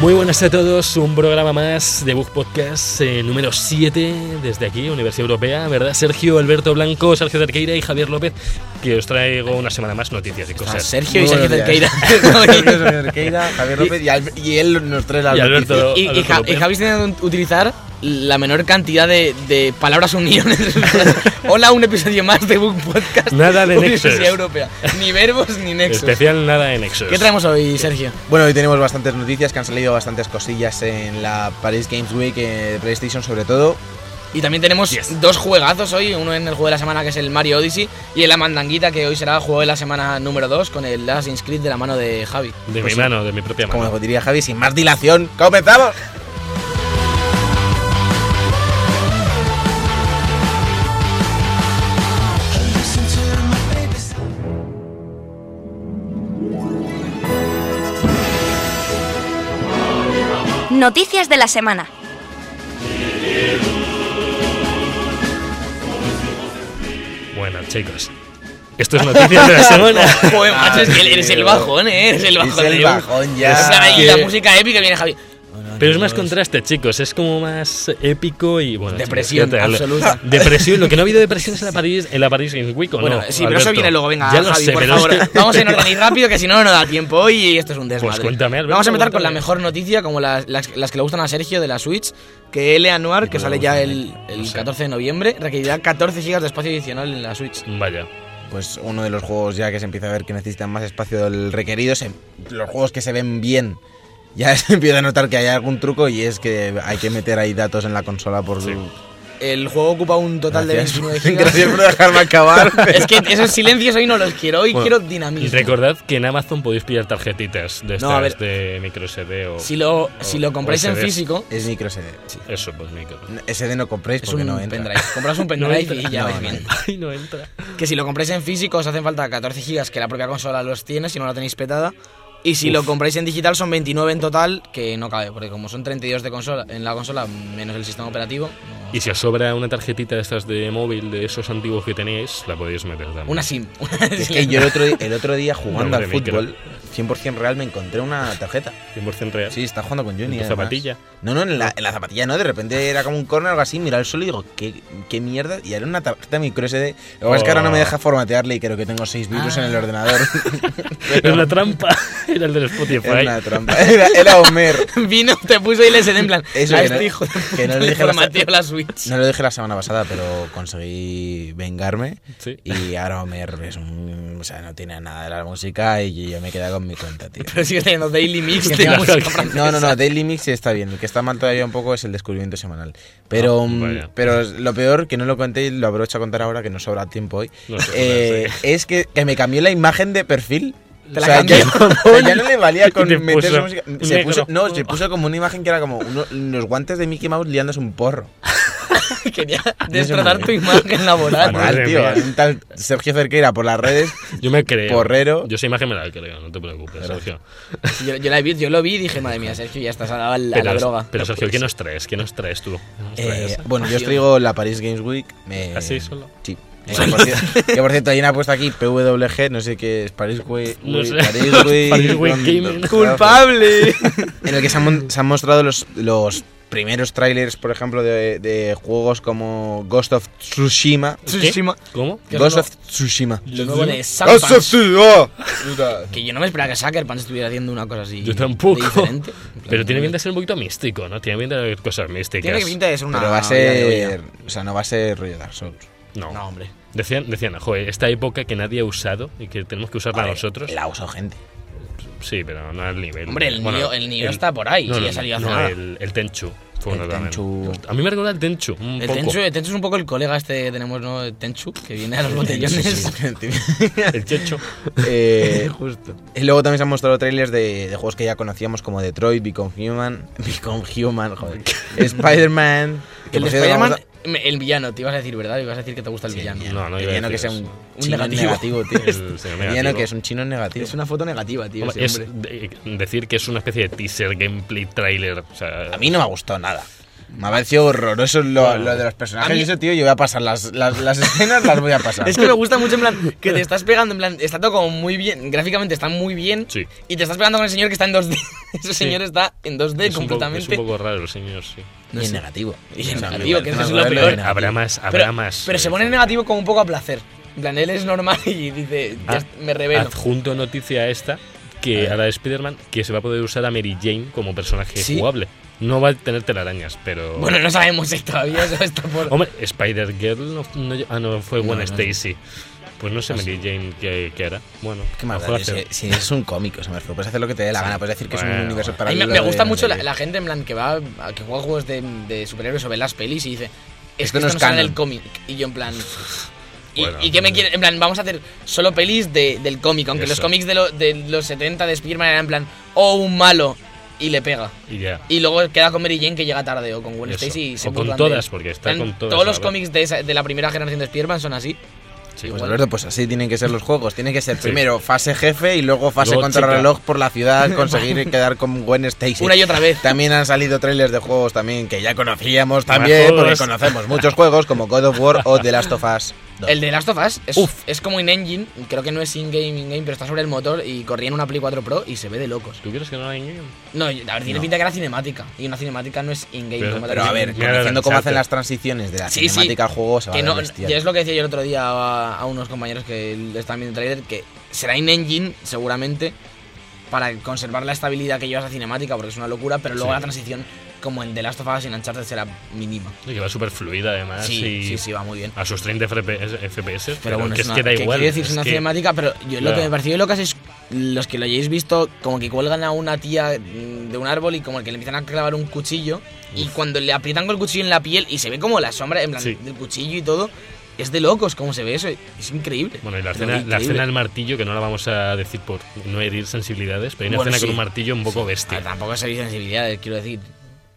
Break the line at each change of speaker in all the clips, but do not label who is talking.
Muy buenas a todos, un programa más de Bug Podcast eh, número 7 desde aquí, Universidad Europea, ¿verdad? Sergio Alberto Blanco, Sergio Cerqueira y Javier López, que os traigo una semana más noticias y
A
cosas.
Sergio
Muy
y Sergio
buenos
Cerqueira.
días. Sergio Cerqueira, Javier López y, Al- y él nos trae la
Y Alberto.
noticia.
y, y,
Alberto
Ja-
López.
y Javi está intentando utilizar la menor cantidad de, de palabras unidas. Hola, un episodio más de Book Podcast.
Nada de
Universidad
nexos.
Europea. Ni verbos ni nexos.
Especial nada en Nexus.
¿Qué traemos hoy, Sergio?
Bueno, hoy tenemos bastantes noticias que han salido bastantes cosillas en la Paris Games Week eh, de PlayStation sobre todo.
Y también tenemos
Yes.
dos juegazos hoy, uno en el juego de la semana que es el Mario Odyssey y en la mandanguita que hoy será el juego de la semana número 2 con el Assassin's Creed de la mano de Javi.
De mi mano, de mi propia mano.
Pues Como diría Javi, sin más dilación, ¡comenzamos!
Noticias de la semana.
Bueno, chicos. Esto es noticias de la semana.
Joder, macho, es que eres
Ah, tío.
el bajón, eh, eres el
Es
bajón.
el
de-
bajón ya.
O sea, ahí
Es que-
la música épica viene Javi.
Pero es más contraste, chicos. Es como más épico y bueno. chicos,
Depresión
ya te hablo.
absoluta.
Depresión. Lo que no ha habido depresión es en la París, en la París Games Week, ¿o
Bueno,
no,
sí, pero eso
Alberto?
viene luego, venga,
Ya lo
Javi,
sé,
por
pero es
favor.
que-
Vamos a ir organizando rápido que si no no da tiempo hoy y esto es un desmadre.
Pues cuéntame, Alberto,
Vamos a empezar con la
cuéntame.
mejor noticia, como las, las- las que le gustan a Sergio de la Switch, que L Anuar, que
no
sale
le
ya
gustan
el,
a mí,
el
no sé.
14 de noviembre, requerirá 14 GB de espacio adicional en la Switch.
Vaya.
Pues uno de los juegos ya que se empieza a ver que necesitan más espacio del requerido, se- los juegos que se ven bien, ya se empieza a notar que hay algún truco y es que hay que meter ahí datos en la consola por...
Sí.
El juego ocupa un total
Gracias,
de 29 GB.
gracias por dejarme acabar.
Es que esos silencios hoy no los quiero, hoy
Bueno,
quiero
Y
dinamismo.
recordad que en Amazon podéis pillar tarjetitas de estas
No, a ver.
de micro SD o.
Si lo, si lo compráis en
OSDs.
físico,
Es micro SD.
Eso, pues micro.
SD no compréis
es
porque
un
no entra.
pendrive. Compras un pendrive y
entra.
ya
No,
vais
no
bien.
Ay, no entra.
Que si lo compráis en físico os hacen falta 14 gigas que la propia consola los tiene si no la tenéis petada. Y si lo compráis en digital son 29 en total que no cabe, porque como son 32 de consola, en la consola menos el sistema operativo. no-
Y si os sobra una tarjetita de estas de móvil, de esos antiguos que tenéis, la podéis meter también.
Una SIM.
Es que yo el otro, di- el otro día jugando
Hombre,
al
micro.
fútbol, 100% real, me encontré una tarjeta.
100% real.
Sí, está jugando con Juni.
¿En tu
además.
zapatilla?
No, no, en la, en la zapatilla no. De repente era como un corner o algo así. Mira el suelo y digo, ¿qué, qué mierda? Y era una tarjeta micro SD. Lo que pasa es que ahora no
Oh.
me deja formatearle y creo que tengo 6 virus
Ah.
en el ordenador.
Era una trampa. Era el del Spotify.
era una trampa. Era, era Homer.
Vino, te puso y le en plan.
Eso
a
que
este
no-
hijo de
que
puta
no
le
le dije la-
formateo la Switch.
No lo dije la semana pasada, pero conseguí vengarme.
Sí.
Y ahora Homer es un. O sea, no tiene nada de la música y yo me quedé con mi cuenta, tío.
Pero sigues teniendo Daily Mix de
Claro,
música
claro.
No,
francesa.
no, no, Daily Mix está bien. El que está mal todavía un poco es el descubrimiento semanal. Pero,
Ah,
mm,
vaya.
pero lo peor, que no lo conté y lo aprovecho a contar ahora que no sobra tiempo hoy,
No sobra,
eh, es que, que me cambió la imagen de perfil.
Te la
o sea, ya,
cambió.
o sea, ya no le valía
Y
con
te
meter
puso
su música. Se
negro.
puso, no, se puso como una imagen que era como uno- los guantes de Mickey Mouse liándose un porro.
Quería
De ese
destrozar tu
momento.
imagen laboral.
Ah, Madre
Mal, tío.
mía.
Un tal Sergio Cerqueira por las redes.
Yo me creo.
Porrero.
Yo esa imagen me la creo, no te preocupes, Sergio.
Yo, yo la vi, yo lo vi y dije, madre mía, Sergio, ya estás a la, a la
Pero,
droga.
pero Sergio, ¿qué nos traes? ¿Qué nos traes tú? ¿Qué nos traes?
Eh, bueno, yo os traigo la Paris Games Week. eh,
¿Así solo?
Sí. Eh, que por cier- que por cierto, hay una apuesta aquí, PWG, no sé qué es, Paris Week.
No
Week-
sé.
Paris Week.
Paris Week
con-
Gaming.
con-
¡Culpable!
En el que se han, mon- se han mostrado los, los primeros trailers, por ejemplo, de, de juegos como Ghost of Tsushima.
¿Qué?
Tsushima.
¿Cómo?
¿Qué
Ghost
no-
of Tsushima.
Lo nuevo de Sucker
Ghost of
Punch.
Tsushima.
Que yo no me esperaba que Sucker Punch estuviera haciendo una cosa así.
Yo tampoco.
de diferente. En plan,
Pero tiene
no-
pinta de ser un poquito místico, ¿no? Tiene pinta de haber cosas místicas.
Tiene que pinta de ser una.
Pero va a
olla de olla.
ser. O sea, no va a ser rollo Dark Souls.
No.
No, hombre.
Decían, decían, joder, esta época que nadie ha usado y que tenemos que usarla
Vale,
nosotros.
La uso gente.
Sí, pero no al nivel.
Hombre, el
Bueno,
Nioh- el Nioh está por ahí, sí, ha salido hace
no,
nada.
el, el Tenchu. Fue
El
uno Pues también.
Tenchu.
A mí me recuerda el Tenchu. Un
El
poco.
Tenchu, el Tenchu es un poco el colega este que tenemos, ¿no? El Tenchu, que viene a los botellones.
El Checho.
Eh, Justo. Y luego también se han mostrado trailers de, de juegos que ya conocíamos como Detroit, Become Human, Become Human, joder, Spider-Man. que
El
por
de
cierto,
Spider-Man
vamos
me- el villano, te ibas a decir, ¿verdad? Ibas a decir que te gusta el villano.
No, no
El
iba a
villano que
decir
sea un,
eso.
un negativo. tío.
El señor
El
negativo.
villano que es un chino negativo.
Es una foto negativa, tío.
Hombre,
ese
es
hombre.
de- decir que es una especie de teaser, gameplay, trailer. O sea,
A mí no me ha gustado nada. Me ha parecido horroroso lo, lo de los personajes.
A mí-
Y eso, tío, yo voy a pasar las, las, las escenas, las voy a pasar.
Es que me gusta mucho en plan que te estás pegando en plan está todo como muy bien, gráficamente está muy bien
Sí.
y te estás pegando con el señor que está en 2D. Ese señor está en 2D
es, un poco, es
completamente.
un poco raro el señor, sí.
Y en negativo.
Y en
O sea, me
negativo, que
parece
eso es
una
lo
rueda
peor.
de
Habrá
negativo.
más, habrá
pero,
más.
pero se
eh,
pone en negativo como un poco a placer. En plan él es normal y dice, ya
Ah,
est- me revelo.
Adjunto noticia a esta,
A
que
ver.
a la de Spider-Man, que se va a poder usar a Mary Jane como personaje
Sí.
jugable. No va a tener telarañas, pero...
Bueno, no sabemos si todavía eso está por
Hombre, Spider-Girl no, no- ah, no, fue
No,
Gwen
no.
Stacy. Pues no
Ah,
sé Mary Jane qué, qué hará. Bueno,
¿Qué más
a lo
da?
mejor hace-
Si, si es un cómico, se me refiero. Puedes hacer lo que te dé la
Sí.
gana. Puedes decir que es
Bueno,
un universo
bueno.
A mí me,
paralelo.
me gusta
de-
mucho la,
de-
la gente en plan que va a que juega juegos de, de superhéroes o ve las pelis y dice, es
Esto
que
no
esto
es
no sale en
canon.
el cómic. Y yo en plan... ¿Y,
Bueno. mm.
¿y qué me quiere? En plan, vamos a hacer solo pelis de- del cómic, aunque los
Eso.
cómics de, lo- de los 70 de Spider-Man eran en plan, oh, un malo, y le pega.
Y ya.
Y luego queda con Mary Jane que llega tarde, o con Gwen
Eso.
Stacy y se
O con
burlan de él.
todas, porque está
En plan,
con todas,
Todos
la
los
verdad.
cómics de, esa- de la primera generación de Spider-Man son así.
Sí.
Pues Alberto, pues así tienen que ser los juegos. Tiene que ser primero fase jefe y luego fase
Luego
contra
chica.
reloj por la ciudad, conseguir quedar con Gwen Stacy.
Una y otra vez.
También han salido trailers de juegos también que ya conocíamos también,
juegos.
porque conocemos muchos juegos como God of War o The Last of Us. 2.
El de Last of Us es,
Uf.
es como in-engine, creo que no es in-game, in-game, pero está sobre el motor y corría en una Play 4 Pro y se ve de locos.
¿Tú quieres que no la engañen?
No, yo- a ver, tiene
No.
pinta que era cinemática. Y una cinemática no es in-game.
Pero-
no me
Pero a ver,
Mira,
conociendo cómo
lanzarte.
hacen las transiciones de la
Sí, sí.
cinemática al juego, se va
que
a
no,
ver bestial.
ya es lo que decía yo el otro día a, a unos compañeros que le están viendo el trailer, que será in-engine seguramente para conservar la estabilidad que lleva esa cinemática, porque es una locura, pero luego
Sí.
la transición, como en The Last of Us y en Uncharted, será mínima.
Y que va súper fluida además.
Sí,
y
sí, sí, va muy bien.
A sus 30 FPS, pero,
Pero bueno,
que es
es una,
que da
que
igual.
quiero decir, es
es
una
que-
cinemática, pero yo lo
Claro.
que me pareció loco es los que lo hayáis visto, como que cuelgan a una tía mm, de un árbol y como que le empiezan a clavar un cuchillo. Y cuando le aprietan con el cuchillo en la piel y se ve como la sombra en plan,
Sí.
del cuchillo y todo, es de locos como se ve eso. Es increíble.
Bueno, y la
Pero
escena, la
increíble.
escena del martillo, que no la vamos a decir por no herir sensibilidades, pero hay una
Bueno,
escena
sí.
con un martillo un poco bestia.
Ah, tampoco se ve sensibilidad, eh, quiero decir.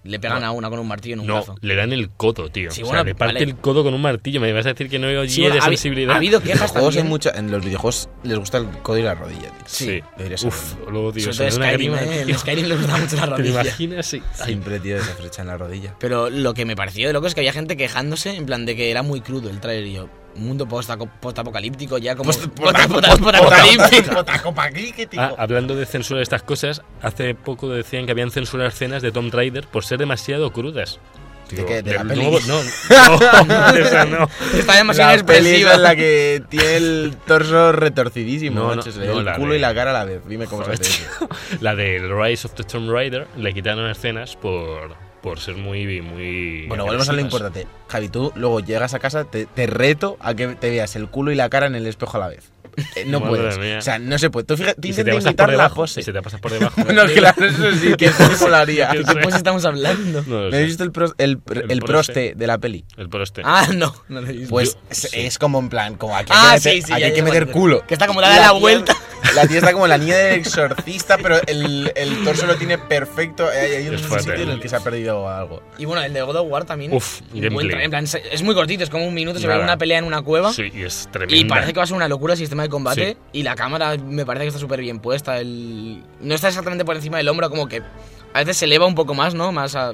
Le pegan a una con un martillo en un
no,
brazo.
le dan el codo, tío.
Sí,
o sea,
bueno,
le parte
vale.
el codo con un martillo. Me vas a decir que no oye
Sí, bueno,
de
ha habi-
sensibilidad.
Ha habido
En los
quejas
juegos hay
también.
mucha- en los videojuegos les gusta el codo y la rodilla. tío.
Sí.
Debería ser
Uf, luego, tío,
Sobre todo
se me da
Skyrim,
una grima,
eh, en
tío.
Skyrim le gusta mucho la
¿Te lo
rodilla.
imaginas? Sí. Ay,
Siempre, tío, esa flecha en la rodilla.
Pero lo que me pareció de loco es que había gente quejándose en plan de que era muy crudo el trailer y yo. Mundo postaco- postapocalíptico ya como.
Post-
pota-
post-
pota- postapocalíptico.
Ah, hablando de censura de estas cosas, hace poco decían que habían censurado escenas de Tomb Raider por ser demasiado crudas.
¿De
Digo,
qué? ¿De la peli?
nuevo- no, no, de esa no.
Está demasiado expresiva.
en la que tiene el torso retorcidísimo,
No, no,
macho, se le
no,
ve
la
el culo
de-
y la cara a la vez. Dime cómo se hace eso.
La del Rise of the Tomb Raider le quitaron escenas por, por ser muy, muy.
Bueno, volvemos a lo
agresivas.
importante. Javi, tú luego llegas a casa, te, te reto a que te veas el culo y la cara en el espejo a la vez. Eh, No
Madre
puedes.
mía.
O sea, no se puede. Tú fíjate,
Y si te
intenta
pasas por
imitar la
debajo.
pose.
y si te pasas por debajo.
Bueno, claro, eso sí, que eso molaría.
Yo qué sé.
Pues estamos hablando.
No lo
¿No has
sé.
visto el, pros- el, pr-
El
el
proste.
proste de la peli?
El proste.
Ah, no, no lo he visto.
Pues
Yo-
es,
sí.
es como en plan, como aquí
Ah,
hay que
sí,
meter,
sí,
aquí
ya,
hay
ya
que
me
meter
acuerdo.
culo.
Que está como dada la
tía-
vuelta.
la tía está como la niña del exorcista, pero el, el torso lo tiene perfecto. Hay, hay un
Es fuerte.
sitio en el que se ha perdido algo.
Y bueno, el de God of War también.
Uf,
Un
gameplay.
buen tra- en plan, se- es muy cortito, es como un minuto, se ve
Nada.
una pelea en una cueva.
Sí, y es tremendo.
Y parece que va a ser una locura el sistema de combate.
Sí.
Y la cámara me parece que está súper bien puesta. El... No está exactamente por encima del hombro, como que a veces se eleva un poco más, ¿no? Más a-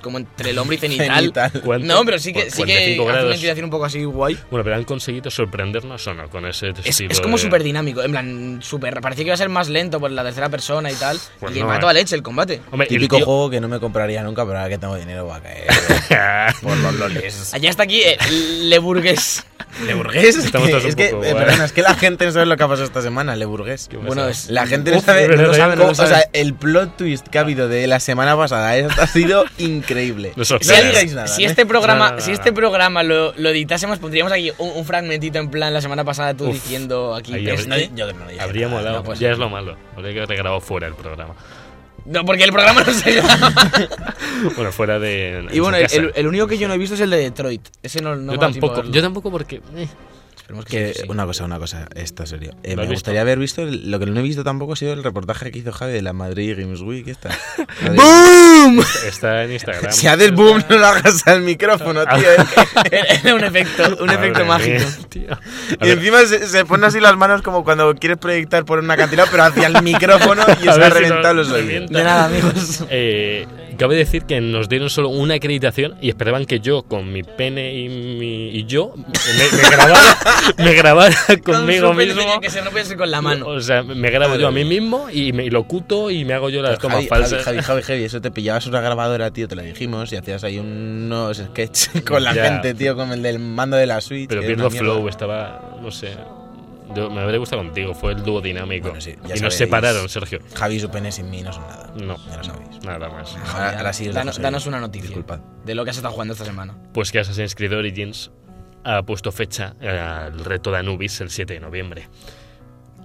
como entre el hombro y cenital.
Genital.
No, pero sí que,
Cu-
sí que
45
hace una
grados.
inclinación un poco así guay.
Bueno, pero han conseguido sorprendernos o no con ese
Es,
estilo
es como
de-
súper dinámico, en plan, súper. Parecía que iba a ser más lento por la tercera persona y tal.
Pues
y
no,
mató
eh.
a leche el combate.
Hombre, el
Típico
tío-
juego que no me compraría nunca, pero ahora que tengo dinero va a caer. Por los loles.
Allá está aquí eh, Le Burgués.
¿Le burgués?
Estamos todos un
es que,
poco,
eh,
¿vale?
perdona, es que la gente no sabe lo que ha pasado esta semana, Le burgués.
¿Qué pasa?
Bueno, es-
La gente no
Uf,
sabe,
es verdad,
no
ya no
sabe
lo
cómo- O
sabe.
sea, el plot twist que ha habido de la semana pasada es- ha sido increíble.
Nos
no
sorprende.
digáis nada.
si
¿no?
este programa,
No, no, no,
si este
no.
programa lo, lo editásemos, pondríamos aquí un, un fragmentito en plan la semana pasada tú
Uf,
diciendo aquí.
ahí
este.
Es- no, yo no dije
Ah,
Habría
nada,
molado.
no, pues-
ya es lo malo. Habría que haber grabado fuera el programa.
No, porque el programa no se graba.
Bueno, fuera de. en
Y bueno,
su
el,
casa.
el- el único que yo no he visto es el de Detroit. Ese no,
yo
no me ha dado tiempo
tampoco.
de verlo.
Yo tampoco porque. eh,
Esperemos que,
Que,
sí, sí.
Una cosa, una cosa, esto serio. Eh,
¿Lo
me
has visto?
gustaría haber visto, el- lo que no he visto tampoco ha sido el reportaje que hizo Javi de la Madrid Games Week. Esta. Madrid-
¡Boom!
Está en Instagram.
Si haces boom, no lo hagas al micrófono, tío. eh.
Era un efecto, un
Madre
efecto
mía,
mágico.
tío. A
Y
ver,
encima se, se pone así las manos como cuando quieres proyectar por un acantilado, pero hacia el micrófono y
A
os ha
ver si
reventado
lo
los oídos.
revienta.
De nada, amigos.
eh, cabe decir que nos dieron solo una acreditación y esperaban que yo, con mi pene y, mi, y yo, me, me grabara, me grabara conmigo
Con su pene
mismo.
tenía que ser, no podía ser con la mano.
O sea, me grabo yo a mí mismo y me locuto y me hago yo las tomas
Javi, Javi,
falsas.
Javi, Javi, Javi, eso te pillabas una grabadora, tío, te la dijimos, y hacías ahí unos sketches con la
Ya.
gente, tío, con el del mando de la Switch.
Pero
que era
pierdo
una mierda.
flow, estaba, no sé. Yo- me habría gustado contigo, fue el dúo dinámico.
Bueno, sí, ya
y nos
sabéis.
separaron, Sergio.
Javi y su pene sin mí no son nada.
No,
Ya lo sabéis.
nada más.
Ahora, ahora sí os
Dano-
dejo seguir.
danos una noticia
Disculpad.
de lo que has estado jugando esta semana.
Pues que Assassin's Creed Origins ha puesto fecha al reto de Anubis el 7 de noviembre.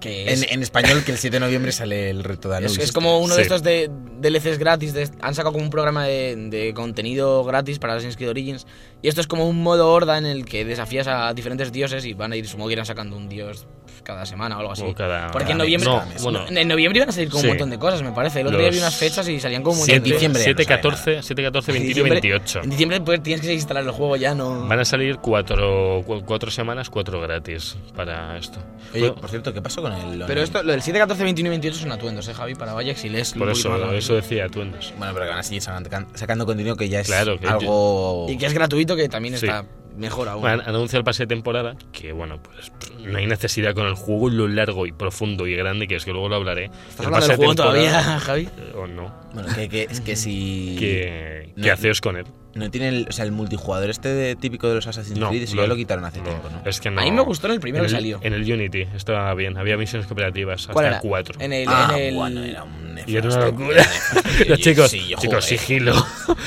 Que es,
En, en español, que el 7 de noviembre sale el reto de
es,
Anubis.
es como uno de
Ah, Sí.
estos de, DLCs gratis. de- han sacado como un programa de, de contenido gratis para Assassin's Creed Origins. Y esto es como un modo horda en el que desafías a diferentes dioses y van a ir, supongo que irán sacando un dios cada semana o algo así.
O cada-
Porque
cada
en
mes.
noviembre.
No,
cada mes.
bueno.
En- en noviembre iban a salir con
Sí.
un montón de cosas, me parece. El otro día
Los
vi unas fechas y salían como un montón
7,
de
diciembre ya no
7,
se sabe
14, 7, 14, 21 y
diciembre-
28.
En diciembre pues, tienes que instalar el juego ya, no.
Van a salir 4 cuatro, cuatro semanas, 4 gratis para esto.
Oye,
pues,
Bueno,
por cierto, ¿qué pasó con el.
Pero esto, lo del 7, 14, 21 y 28 son atuendos, ¿eh, Javi? Para Vallax y Les.
por
¿eh?
eso, eso decía Tuendos.
Bueno, pero que van a seguir sacando, sacando contenido que ya es
Claro, que
algo.
Y que es gratuito, que también
Sí.
está mejor aún.
Bueno, anuncia el pase de temporada que, bueno, pues pff, no hay necesidad con el juego, lo largo y profundo y grande que es, que luego lo hablaré.
¿Estás hablando del juego todavía, Javi?
todavía? eh, O no.
Bueno, que, que- es que si.
¿Qué,
no.
qué hacéis con él?
No tiene el, o sea, el multijugador este de- típico de los Assassin's
No,
Creed, si ya lo quitaron hace tiempo, ¿no?
Es que no.
A mí me gustó en el primero
En
que salió.
En el Unity estaba bien, había misiones cooperativas
¿Cuál
hasta
era?
cuatro.
En el,
ah,
en el-
bueno, era un
Y era una
nefasto,
locura.
nefasto.
Los
Yo-
chicos,
sí, yo
chicos,
jugué.
sigilo.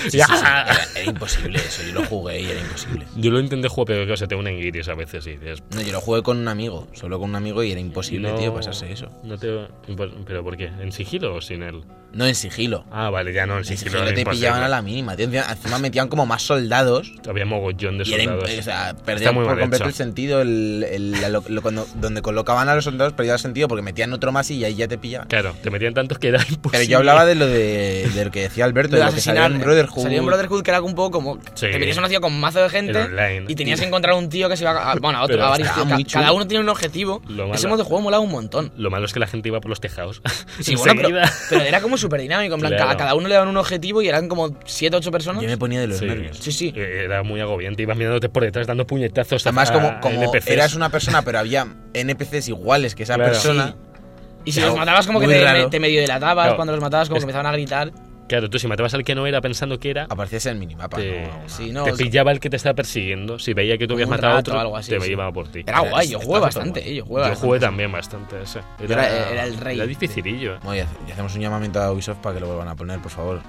Sí, sí,
Ya.
sí, era, era imposible eso, yo lo jugué y era imposible.
Yo lo intenté jugar, pero que se te unen guiris a veces y dices.
No, yo lo jugué con un amigo, solo con un amigo y era imposible,
no,
tío, pasarse eso.
No te, ¿Pero por qué? ¿En sigilo o sin él?
No en sigilo.
Ah, vale, ya no, en
En
sigilo.
sigilo
era
te
imposible.
pillaban a la mínima, tío. Encima, encima metían como más soldados
Había mogollón de
y era,
soldados.
imp- o sea,
Está
perdían
muy
por
mal
completo
hecho.
el sentido. El, el- la lo- lo- cuando, donde colocaban a los soldados perdía el sentido porque metían otro más y ahí ya te pillaban.
Claro, te metían tantos que era imposible.
Pero yo hablaba de lo, de, de lo que decía Alberto, de lo que salía en
eh,
Brotherhood.
Salió en Brotherhood que era un poco como.
Sí.
Te metías en una ciudad con mazo de gente.
Era online.
Y tenías que encontrar un tío que se iba a. Bueno, a otro,
Pero
a varios
estaba
tíos.
muy
Ca-
chulo.
Cada uno tiene un objetivo.
Lo malo-
Ese modo de juego molaba un montón.
Lo malo es que la gente iba por los tejados.
Sí, bueno, pero,
Enseguida.
pero era como súper dinámico. En plan,
Claro.
ca- a cada uno le daban un objetivo y eran como 7 8 personas.
Yo me ponía de los
Sí.
nervios.
Sí, sí.
Eh, Era muy agobiante, ibas mirándote por detrás, dando puñetazos.
Además,
a-
como,
a
como
NPCs.
eras una persona, pero había NPCs iguales que esa
Claro.
persona.
Y si
Claro,
los matabas, como que
muy
te,
raro.
me- te medio delatabas.
Claro.
Cuando los matabas, como
Es-
que empezaban a gritar.
Claro, tú si matabas al que no era pensando que era,
Aparecías en el minimapa.
te,
¿no?
Sí, no.
te
o sea,
pillaba el que te estaba persiguiendo. Si veía que tú habías
un
matado a
rato
otro,
o algo así,
te
sí.
iba por ti.
Era guay, yo
Está
jugué
todo
bastante,
guay.
eh, yo jugué
Yo
bastante.
jugué también bastante ese.
era- era el rey.
Era ¿eh? dificilillo.
Bueno, y hace- y hacemos un llamamiento a Ubisoft para que lo vuelvan a poner, por favor.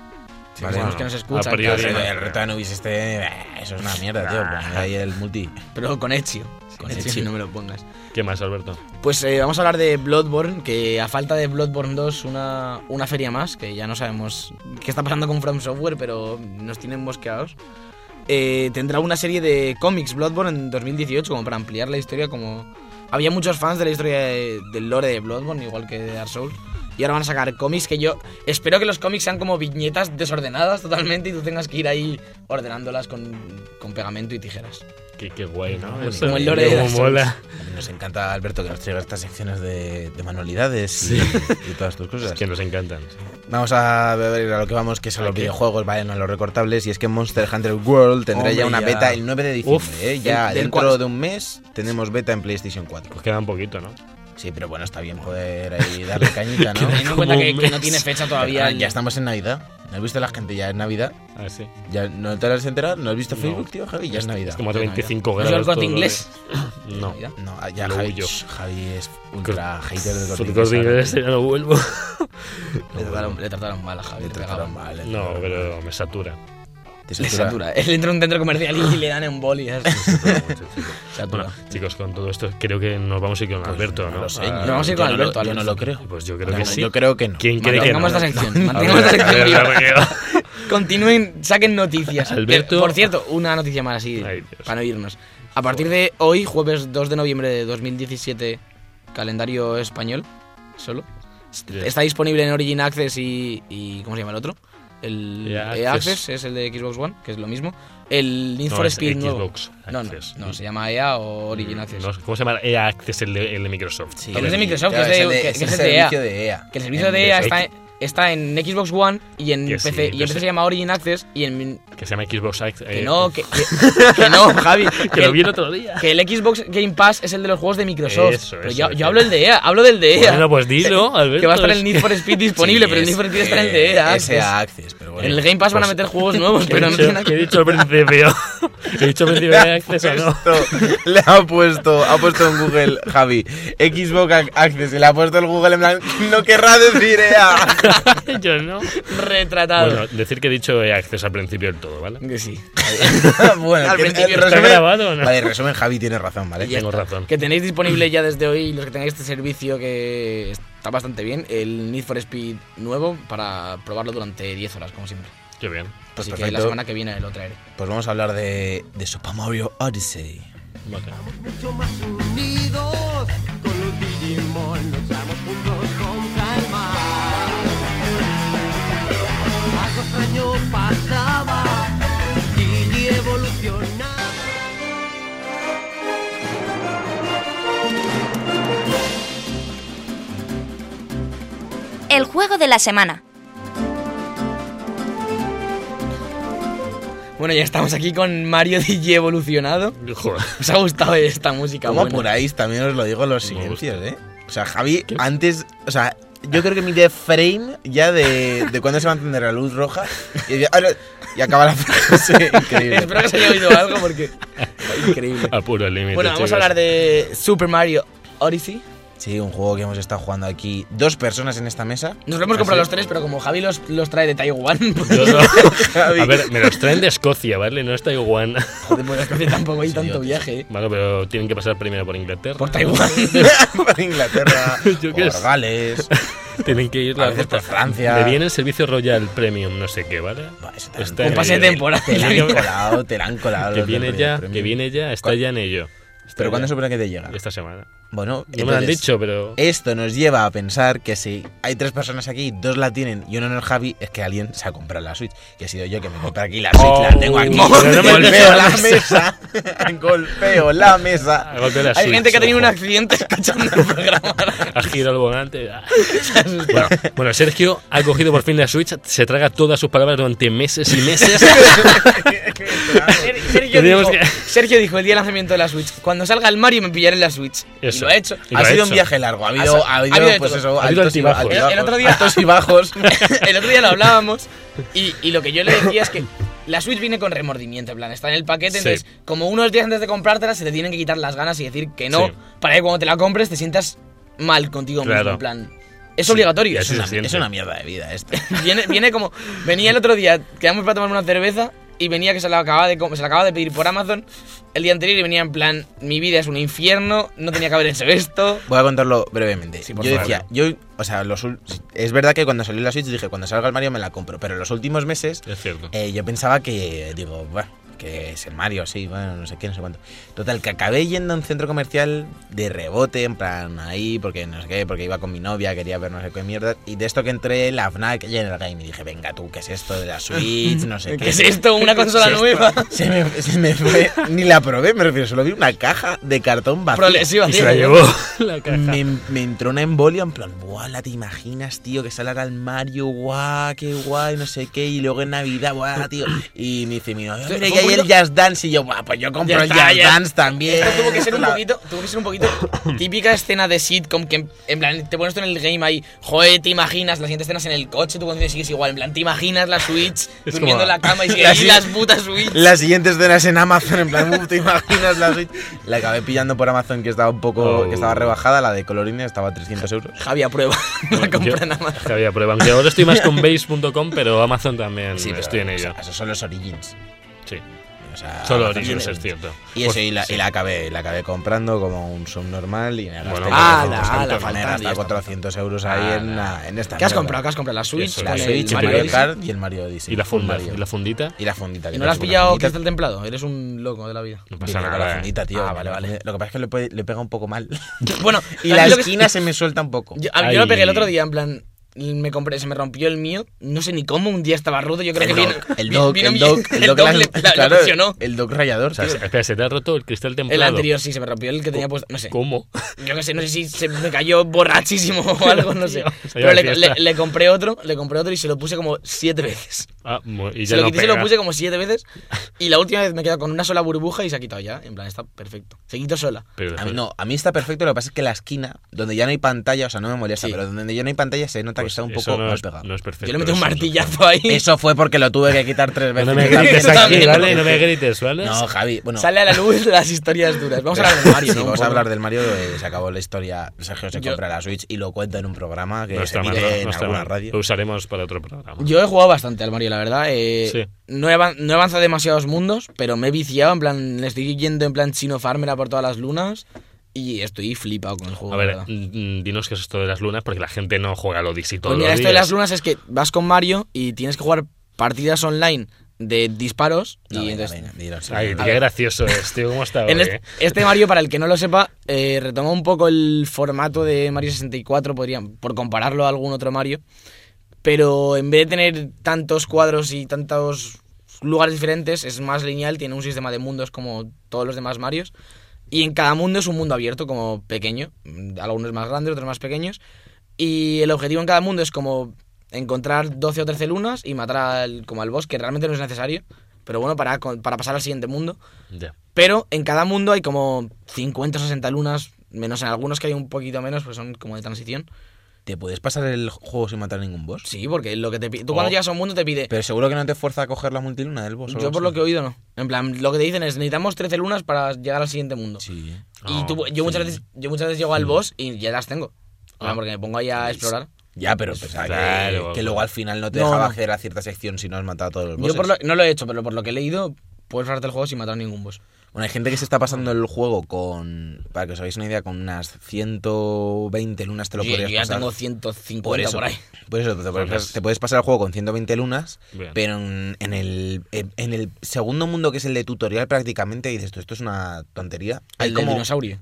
Vale,
bueno,
no.
que nos escuchan,
a priori,
Sí,
claro.
no.
el reto de Anubis este, eh, eso es una mierda, tío. Poner ahí el multi.
Pero con Ezio. Con
Sí,
Ezio,
sí.
no me lo pongas.
¿Qué más, Alberto?
Pues eh, vamos a hablar de Bloodborne, que a falta de Bloodborne 2, una, una feria más, que ya no sabemos qué está pasando con From Software, pero nos tienen bosqueados. Eh, tendrá una serie de cómics Bloodborne en 2018, como para ampliar la historia, como... Había muchos fans de la historia de- del lore de Bloodborne, igual que de Dark Souls. Y ahora van a sacar cómics que yo... Espero que los cómics sean como viñetas desordenadas totalmente y tú tengas que ir ahí ordenándolas con, con pegamento y tijeras.
Qué, qué guay, ¿no?
Bueno,
Eso,
como el lore de
cómo
Dark Souls.
mola.
Nos encanta, Alberto, que nos traiga estas secciones de, de manualidades y, y todas tus cosas.
Pues Es que nos encantan.
Vamos a ver a lo que vamos, que son
¿A
los
qué?
videojuegos, vale, no a los recortables. Y es que Monster Hunter World tendrá
Hombre,
ya una
ya.
beta el 9 de diciembre.
Uf,
¿eh? Ya
del- del
dentro
cual-
de un mes tenemos beta en PlayStation 4.
Pues queda un poquito, ¿no?
Sí, pero bueno, está bien poder ahí darle cañita, ¿no?
Teniendo en
Como
cuenta que,
un
que no
mes.
tiene fecha todavía...
Ah,
el-
Ya estamos en Navidad. ¿No has visto la gente ya en Navidad?
Ah, sí.
¿Ya ¿No te has enterado? ¿No has visto
No. Este-
Facebook, tío, Javi? Ya es Navidad.
Es como hace
Ya, ya.
25
¿No has
grados.
ido al Corte
todo,
Inglés?
¿eh? No.
Navidad.
No, ah, ya
Lo
Javi,
huyo.
shh, Javi es ultra hater del
Corte
corte
Inglés,
ahora.
ya no vuelvo.
Le trataron, le trataron mal a Javi.
Le
le
trataron mal.
pegaban.
le
No,
trataron mal.
pero me satura.
Te
Le
satura.
satura. Él entra a un centro comercial y le dan en bolias.
Satura mucho, chico.
Satura.
Bueno, chicos, con todo esto creo que nos vamos a ir con
Pues
Alberto, ¿no?
lo sé,
Ah,
yo
Nos vamos a ir con
yo no lo-
Alberto,
Yo no lo
Alberto.
creo.
Pues yo creo
No,
que
no,
sí.
Yo creo que no.
¿Quién cree que no?
Mantengamos esta sección.
A ver, a
Mantengamos esta
ver,
sección.
a ver, a
viva.
ver.
Continúen, saquen noticias.
Alberto.
Que, Por cierto, una noticia más así,
Ay, Dios.
para no irnos. A partir de hoy, jueves 2 de noviembre de 2017, calendario español, solo, est-
Ya.
está disponible en Origin Access y, y- ¿Cómo se llama el otro? El
EA
EA
Access.
Access es el de Xbox One, que es lo mismo. El Need
No,
for
es
Speed nuevo.
Xbox
No, no,
Access. Mm,
no, se llama EA o Origin Access.
No, ¿Cómo se llama? EA Access, el de, el de Microsoft.
Sí,
Que no es de Microsoft,
Claro,
que es de-
el
que-
es
que
el
es de EA.
servicio de EA.
Que el servicio
En-
de E EA
Xbox.
está, está en Xbox One y en
Que sí,
PC. y
yo
en PC
sé.
se llama Origin Access y en.
Que se llama Xbox Access.
Que
eh,
no, que, que- que no, Javi.
que lo vi el otro día.
que el Xbox Game Pass es el de los juegos de Microsoft.
Eso,
pero
eso,
yo,
eso.
yo hablo el de EA, hablo del de EA.
Bueno, pues dilo, Alberto.
que va a estar
es
el Need for Speed disponible,
Sí,
pero el
es-
Need for Speed está en el de E EA.
Es
Access.
EA Access, pero bueno.
en el Game Pass van a
Pues-
meter juegos nuevos,
que he
pero no
dicho-
tiene nada
que he
que
dicho al principio. he dicho al principio de Access o no.
Esto le ha puesto, ha puesto en Google Javi, Xbox Ac- Access, y le ha puesto el Google en plan, no querrá decir E EA.
Yo no.
retratado.
Bueno, decir que he dicho EA Access al principio del todo, ¿vale?
que sí.
bueno,
Al
que-
principio
el
¿Está grabado o no?
Vale, en resumen, Javi tiene razón, ¿vale?
Tengo razón.
Que tenéis disponible ya desde hoy, los que tengáis este servicio que está bastante bien, el Need for Speed nuevo para probarlo durante 10 horas, como siempre.
Qué bien.
Pues
Así que la
perfecto.
semana que viene lo traeré.
Pues vamos a hablar de, de Super Mario Odyssey.
Vale.
mucho más unidos. Con los Digimon luchamos juntos contra el mal. Hace años pasaba y evolucionaba.
El juego de la semana.
Bueno, ya estamos aquí con Mario DJ evolucionado.
Joder.
¿Os ha gustado esta música?
¿Cómo
buena?
apuráis? También os lo digo los
Me
silencios,
gusta.
¿eh? O sea, Javi, antes, o sea, yo creo que mide frame ya de, de cuándo se va a encender la luz roja y, decía, "Ah, no", y acaba la frase. Increíble.
Espero que se haya oído algo porque. Increíble.
Apuro el límite.
Bueno, vamos
Ah, chicos.
a hablar de Super Mario Odyssey.
Sí, un juego que hemos estado jugando aquí dos personas en esta mesa.
Nos lo hemos
Así.
comprado los tres, pero como Javi los, los trae de Taiwán, pues
¿Ah, Yo no.
Javi.
A ver, me los traen de Escocia, ¿vale? No es Taiwán.
joder, pues, es que tampoco hay
Sí,
tanto
tío.
viaje. eh.
Bueno, pero tienen que pasar primero por Inglaterra.
Por Taiwán.
por Inglaterra,
Yo qué sé.
por Gales.
Tienen que ir
A
la
veces
ruta.
por Francia.
Me viene el servicio Royal Premium, no sé qué, ¿vale?
Buah, eso te
Está
lo han-
en
pase de
ello.
temporada.
Te la han colado, te la han colado.
Que
los del
viene
Royal
ya, que
Premium.
viene ya, está
Cu-
ya en ello. Está
¿Pero cuándo
ya.
supone que te llega?
Esta semana.
Bueno,
No me lo han
entonces, eh,
dicho, pero.
Esto nos lleva a pensar que si hay tres personas aquí, dos la tienen y uno no es Javi, es que alguien se ha comprado la Switch. Que he sido yo que me compré aquí la Switch,
Oh,
la tengo aquí.
no me
golpeo
digas
la
eso.
mesa. golpeo la mesa.
A golpe de la
Hay gente
Switch,
que ha tenido un
ojo.
accidente escuchando el programa.
Ha girado el volante. Ah. Bueno, bueno, Sergio ha cogido por fin la Switch, se traga todas sus palabras durante meses y meses.
Ser- Sergio
Teníamos
dijo,
que-
Sergio dijo el día de lanzamiento de la Switch: Cuando salga el Mario, me pillaré la Switch. Y
Eso.
lo ha hecho.
Y lo
Ha
ha
sido un
hecho.
viaje largo, ha habido,
Ha-
ha
ha
habido,
habido de
pues
todo.
eso,
Ha habido
altos y
altibajos.
bajos.
El- el otro día-
altos y bajos.
el otro día lo hablábamos y, y lo que yo le decía es que la Switch viene con remordimiento, en plan, está en el paquete,
Sí.
entonces como unos días antes de comprártela se te tienen que quitar las ganas y decir que no,
Sí.
para que cuando te la compres te sientas mal contigo mismo,
Claro.
en plan, es obligatorio.
y
es,
así
una,
se siente.
es una mierda de vida este. esto.
Viene, viene como, venía el otro día, quedamos para tomar una cerveza y venía que se la acababa de, com- se la acababa de pedir por Amazon el día anterior y venía en plan, mi vida es un infierno, no tenía que haber hecho esto.
Voy a contarlo brevemente.
Sí,
yo
por favor.
decía, yo, o sea, los, ul- es verdad que cuando salió la Switch dije, cuando salga el Mario me la compro, pero en los últimos meses
Es cierto.
Eh, yo pensaba que, digo, bueno, que es el Mario, sí, bueno, no sé qué, no sé cuánto. Total, que acabé yendo a un centro comercial de rebote, en plan ahí, porque no sé qué, porque iba con mi novia, quería ver no sé qué mierda. Y de esto que entré, la FNAC y en el game, y dije, venga tú, ¿qué es esto de la Switch? No sé qué.
¿Qué es esto? ¿Una consola
esto?
nueva?
Se me, se me fue, ni la probé, me refiero, solo vi una caja de cartón vacía.
Progresiva,
Y
tío.
se la llevó la caja.
Me, me entró una embolia en plan, buah, la te imaginas, tío, que salga el Mario, guau, qué guay, no sé qué, y luego en Navidad, guau, tío. Y me dice mi novia,
Esto
mira,
fue
que
un
hay el
poquito-
Jazz Dance, y yo, guau, pues yo compro
Ya
el
está,
Jazz
ya-
Dance también.
Esto tuvo que ser un
La-
poquito, tuvo que ser un poquito típica escena de sitcom que en- en plan te pones tú en el game ahí, joder, te imaginas, la siguiente escena es en el coche, tú cuando sigues igual, en plan te imaginas la Switch durmiendo
como-
en la cama y sigues
La
ahí
si-
las putas Switch.
Las siguientes escenas en Amazon, en plan, "Uh, ¿te imaginas la Switch? La acabé pillando por Amazon, que estaba un poco,
Oh.
que estaba rebajada, la de colorines, estaba a 300 euros.
Javi aprueba, no la
pues Yo-
compra nada más.
que había prueba. Aunque ahora
pues
estoy más con base.com, pero Amazon también
pero,
estoy en
o sea,
ello.
esos son los Origins.
Sí.
o sea,
Solo
bastante
Origins,
bien.
es cierto.
Y eso, y la, y la acabé, y la acabé comprando como un subnormal y me gasté
Bueno,
400
ala, ala,
euros, me
faltan
he gastado
diez,
400 euros ahí
Ala.
en, la- en esta.
¿Qué has
mierda.
comprado? ¿Qué has comprado? ¿La Switch?
Eso,
La
con el
Switch, el
Mario
Mario
Odyssey?
Kart y el Mario Odyssey.
Y la funda,
Mario.
y la fundita.
Y la fundita. que
¿Y no
te
la has
hace una
pillado
fundita.
cristal templado? Eres un loco de la vida.
No
Vine
pasa
con
nada.
la
¿eh?
fundita, tío.
Ah, vale, vale.
Lo que pasa es que le, pe- le pega un poco mal.
bueno,
y
a
la
mí lo que-
esquina se me suelta un poco.
Yo, a mí- yo lo
Ay.
pegué el otro día, en plan, me compré, se me rompió el mío, no sé ni cómo, un día estaba roto, yo creo
El
que
doc,
vino-
el
vi-
doc,
vino
el
mi-
doc,
el doc le- la- la
claro,
presionó.
el doc rayador,
O sea,
¿sabes?
espera, se te ha roto el cristal templado.
El anterior sí se me rompió, el que tenía puesto, no sé.
¿Cómo?
Yo qué sé, no sé si se me cayó borrachísimo o algo, no sé.
Se
Pero
iba de
le,
fiesta.
le- le compré otro, le compré otro y se lo puse como siete veces.
Ah, mu- y
Se
ya
lo
no
quité y se lo
pega.
puse como siete veces y la última vez me quedó con una sola burbuja y se ha quitado ya. En plan, está perfecto. Se quitó sola.
Pero
A mí no, a mí está perfecto, lo que pasa es que la esquina, donde ya no hay pantalla, o sea, no me molesta,
Sí.
pero donde ya no hay pantalla se nota que
pues
está un
eso
poco
no
más
es,
pegado.
no es perfecto.
Yo le metí un
eso es
martillazo ahí.
Eso fue porque lo tuve que quitar
No,
tres veces.
no me grites aquí,
Exactamente.
¿vale? No me grites, ¿vale?
No, Javi, bueno.
Sale a la luz las historias duras. Vamos a hablar de Mario,
Sí,
¿no? Un
vamos a
poco.
hablar del Mario, eh, se acabó la historia, Sergio se
Yo-
compra la Switch y lo cuenta en un programa que
No
se
está mal,
emite
no,
en
no está
alguna
mal.
radio.
Lo usaremos para otro programa.
Yo he jugado bastante al Mario, la verdad. eh,
Sí.
no, he avan- no he avanzado demasiados mundos, pero me he viciado. En plan, le estoy yendo en plan chino farmera por todas las lunas. Y estoy flipado con el juego.
A ver,
la verdad.
mm, dinos qué es esto de las lunas, porque la gente no juega al Odyssey todos
Pues mira,
los
esto de las
días.
lunas es que vas con Mario y tienes que jugar partidas online de disparos.
No,
y
venga,
entonces-
venga, dinos.
Ay,
A
qué
ver,
gracioso es, tío, cómo está hoy,
En
eh?
este, este Mario, para el que no lo sepa, eh, retoma un poco el formato de Mario 64, podrían, por compararlo a algún otro Mario. Pero en vez de tener tantos cuadros y tantos lugares diferentes, es más lineal, tiene un sistema de mundos como todos los demás Marios. Y en cada mundo es un mundo abierto, como pequeño. mm, Algunos más grandes, otros más pequeños. Y el objetivo en cada mundo es como encontrar 12 o 13 lunas y matar al, como al boss, que realmente no es necesario. Pero bueno, para, con- para pasar al siguiente mundo.
Ya.
Pero en cada mundo hay como 50 o 60 lunas, menos en algunos que hay un poquito menos, pues son como de transición.
¿Te puedes pasar el juego sin matar a ningún boss?
Sí, porque lo que te pide.
Oh.
Tú cuando llegas a un mundo te pide.
Pero seguro que no te fuerza a coger la multiluna del boss. o
yo
algo
por lo
así.
que he oído no. En plan, lo que te dicen es necesitamos 13 lunas para llegar al siguiente mundo.
Sí. Oh,
Y tú-
Ah,
yo, muchas veces, yo muchas veces llego al boss y ya las tengo. En plan,
Ah.
Porque me pongo ahí a explorar.
Ya, pero pensaba que-
Pues, claro. pues.
que, luego al final no te
No,
deja
no.
bajar a cierta sección si no has matado a todos los bosses.
Yo por lo- no lo he hecho, pero por lo que he leído, puedes pasarte el juego sin matar a ningún boss.
Bueno, hay gente que se está pasando el juego con, para que os hagáis una idea, con unas 120 lunas te lo
yo,
podrías
yo ya
pasar.
tengo 150
por
por,
eso,
ahí.
por eso, te, puedes-
Pues-
te puedes pasar el juego con 120 lunas,
Bien.
pero en, en el, en, en el segundo mundo que es el de tutorial prácticamente dices tú, esto es una tontería. Hay
El del
como,
dinosaurio.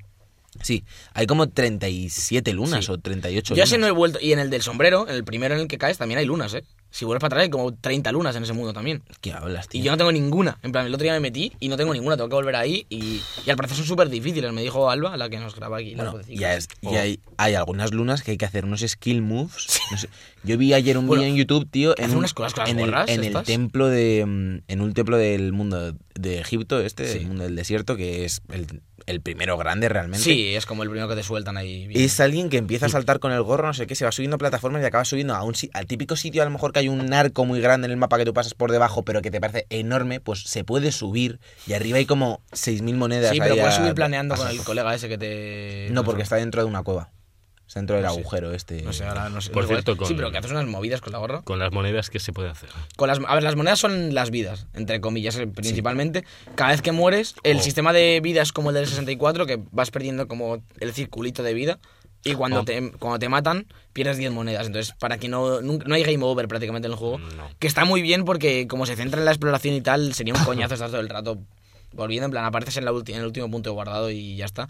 sí, hay como 37 lunas
Sí.
o 38
Yo
lunas.
ese no he vuelto. Y en el del sombrero, en el primero en el que caes, también hay lunas, ¿eh? Si vuelves para atrás, hay como 30 lunas en ese mundo también.
¿Qué hablas, tío?
Y yo no tengo ninguna. En plan, el otro día me metí y no tengo ninguna. Tengo que volver ahí. Y, y al parecer son súper difíciles. Me dijo Alba, la que nos graba aquí. la
Bueno,
vocecita.
ya es, y
Oh.
hay, hay algunas lunas que hay que hacer unos skill moves. no sé. Yo vi ayer un vídeo en YouTube, tío, en,
hacen
un-
unas cosas con las
en el,
gorras
en el
estas.
templo de mm, en un templo del mundo de Egipto, este,
Sí.
del mundo del desierto, que es el, el primero grande realmente.
Sí, es como el primero que te sueltan ahí. bien.
Es alguien que empieza a saltar con el gorro, no sé qué, se va subiendo a plataformas y acaba subiendo a un si- al típico sitio, a lo mejor que hay un arco muy grande en el mapa que tú pasas por debajo, pero que te parece enorme, pues se puede subir y arriba hay como 6.000 monedas.
sí, pero
ahí
puedes
a-
subir planeando
a
con el
saco.
colega ese que te.
No, porque está dentro de una cueva. Está dentro del
No sé.
agujero este.
Ah, No sé, ahora no sé.
Por
no sé cuál
cierto,
es.
con-
Sí, pero que haces unas movidas con la gorra.
Con las monedas, ¿qué se puede hacer?
Con las, a ver, las monedas son las vidas, entre comillas, eh, principalmente. Cada vez que mueres, el
Oh.
sistema de vida es como el del 64, que vas perdiendo como el circulito de vida. Y cuando,
Oh.
te, cuando te matan, pierdes 10 monedas. Entonces, para que no, nun- no hay game over prácticamente en el juego.
No.
Que está muy bien porque, como se centra en la exploración y tal, sería un coñazo estar todo el rato volviendo. En plan, apareces en, la ulti- en el último punto de guardado y ya está.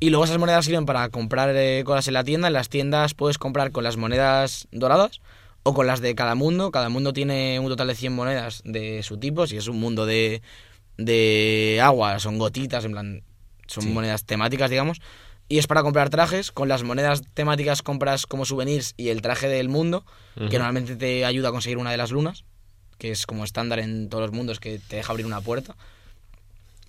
Y luego esas monedas sirven para comprar eh, cosas en la tienda. En las tiendas puedes comprar con las monedas doradas o con las de cada mundo. Cada mundo tiene un total de 100 monedas de su tipo. Si es un mundo de, de agua, son gotitas, en plan, son monedas temáticas, digamos. Y es para comprar trajes. Con las monedas temáticas compras como souvenirs y el traje del mundo,
Ujú.
que normalmente te ayuda a conseguir una de las lunas, que es como estándar en todos los mundos, que te deja abrir una puerta.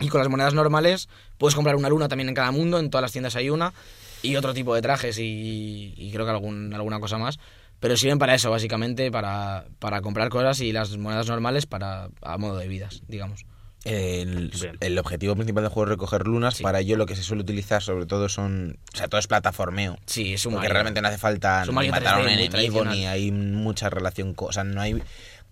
Y con las monedas normales puedes comprar una luna también en cada mundo, en todas las tiendas hay una, y otro tipo de trajes y, y creo que algún, alguna cosa más. Pero sirven para eso, básicamente, para, para comprar cosas y las monedas normales para a modo de vidas, digamos.
El,
Bien.
el objetivo principal del juego es recoger lunas.
Sí.
Para ello lo que se suele utilizar sobre todo son... O sea, todo es plataformeo.
Sí, es un
Porque
Mario.
realmente no hace falta
Es
ni
un Mario
matar a un
3D muy
enemigo,
tradicional.
ni hay mucha relación... co- O sea, no hay...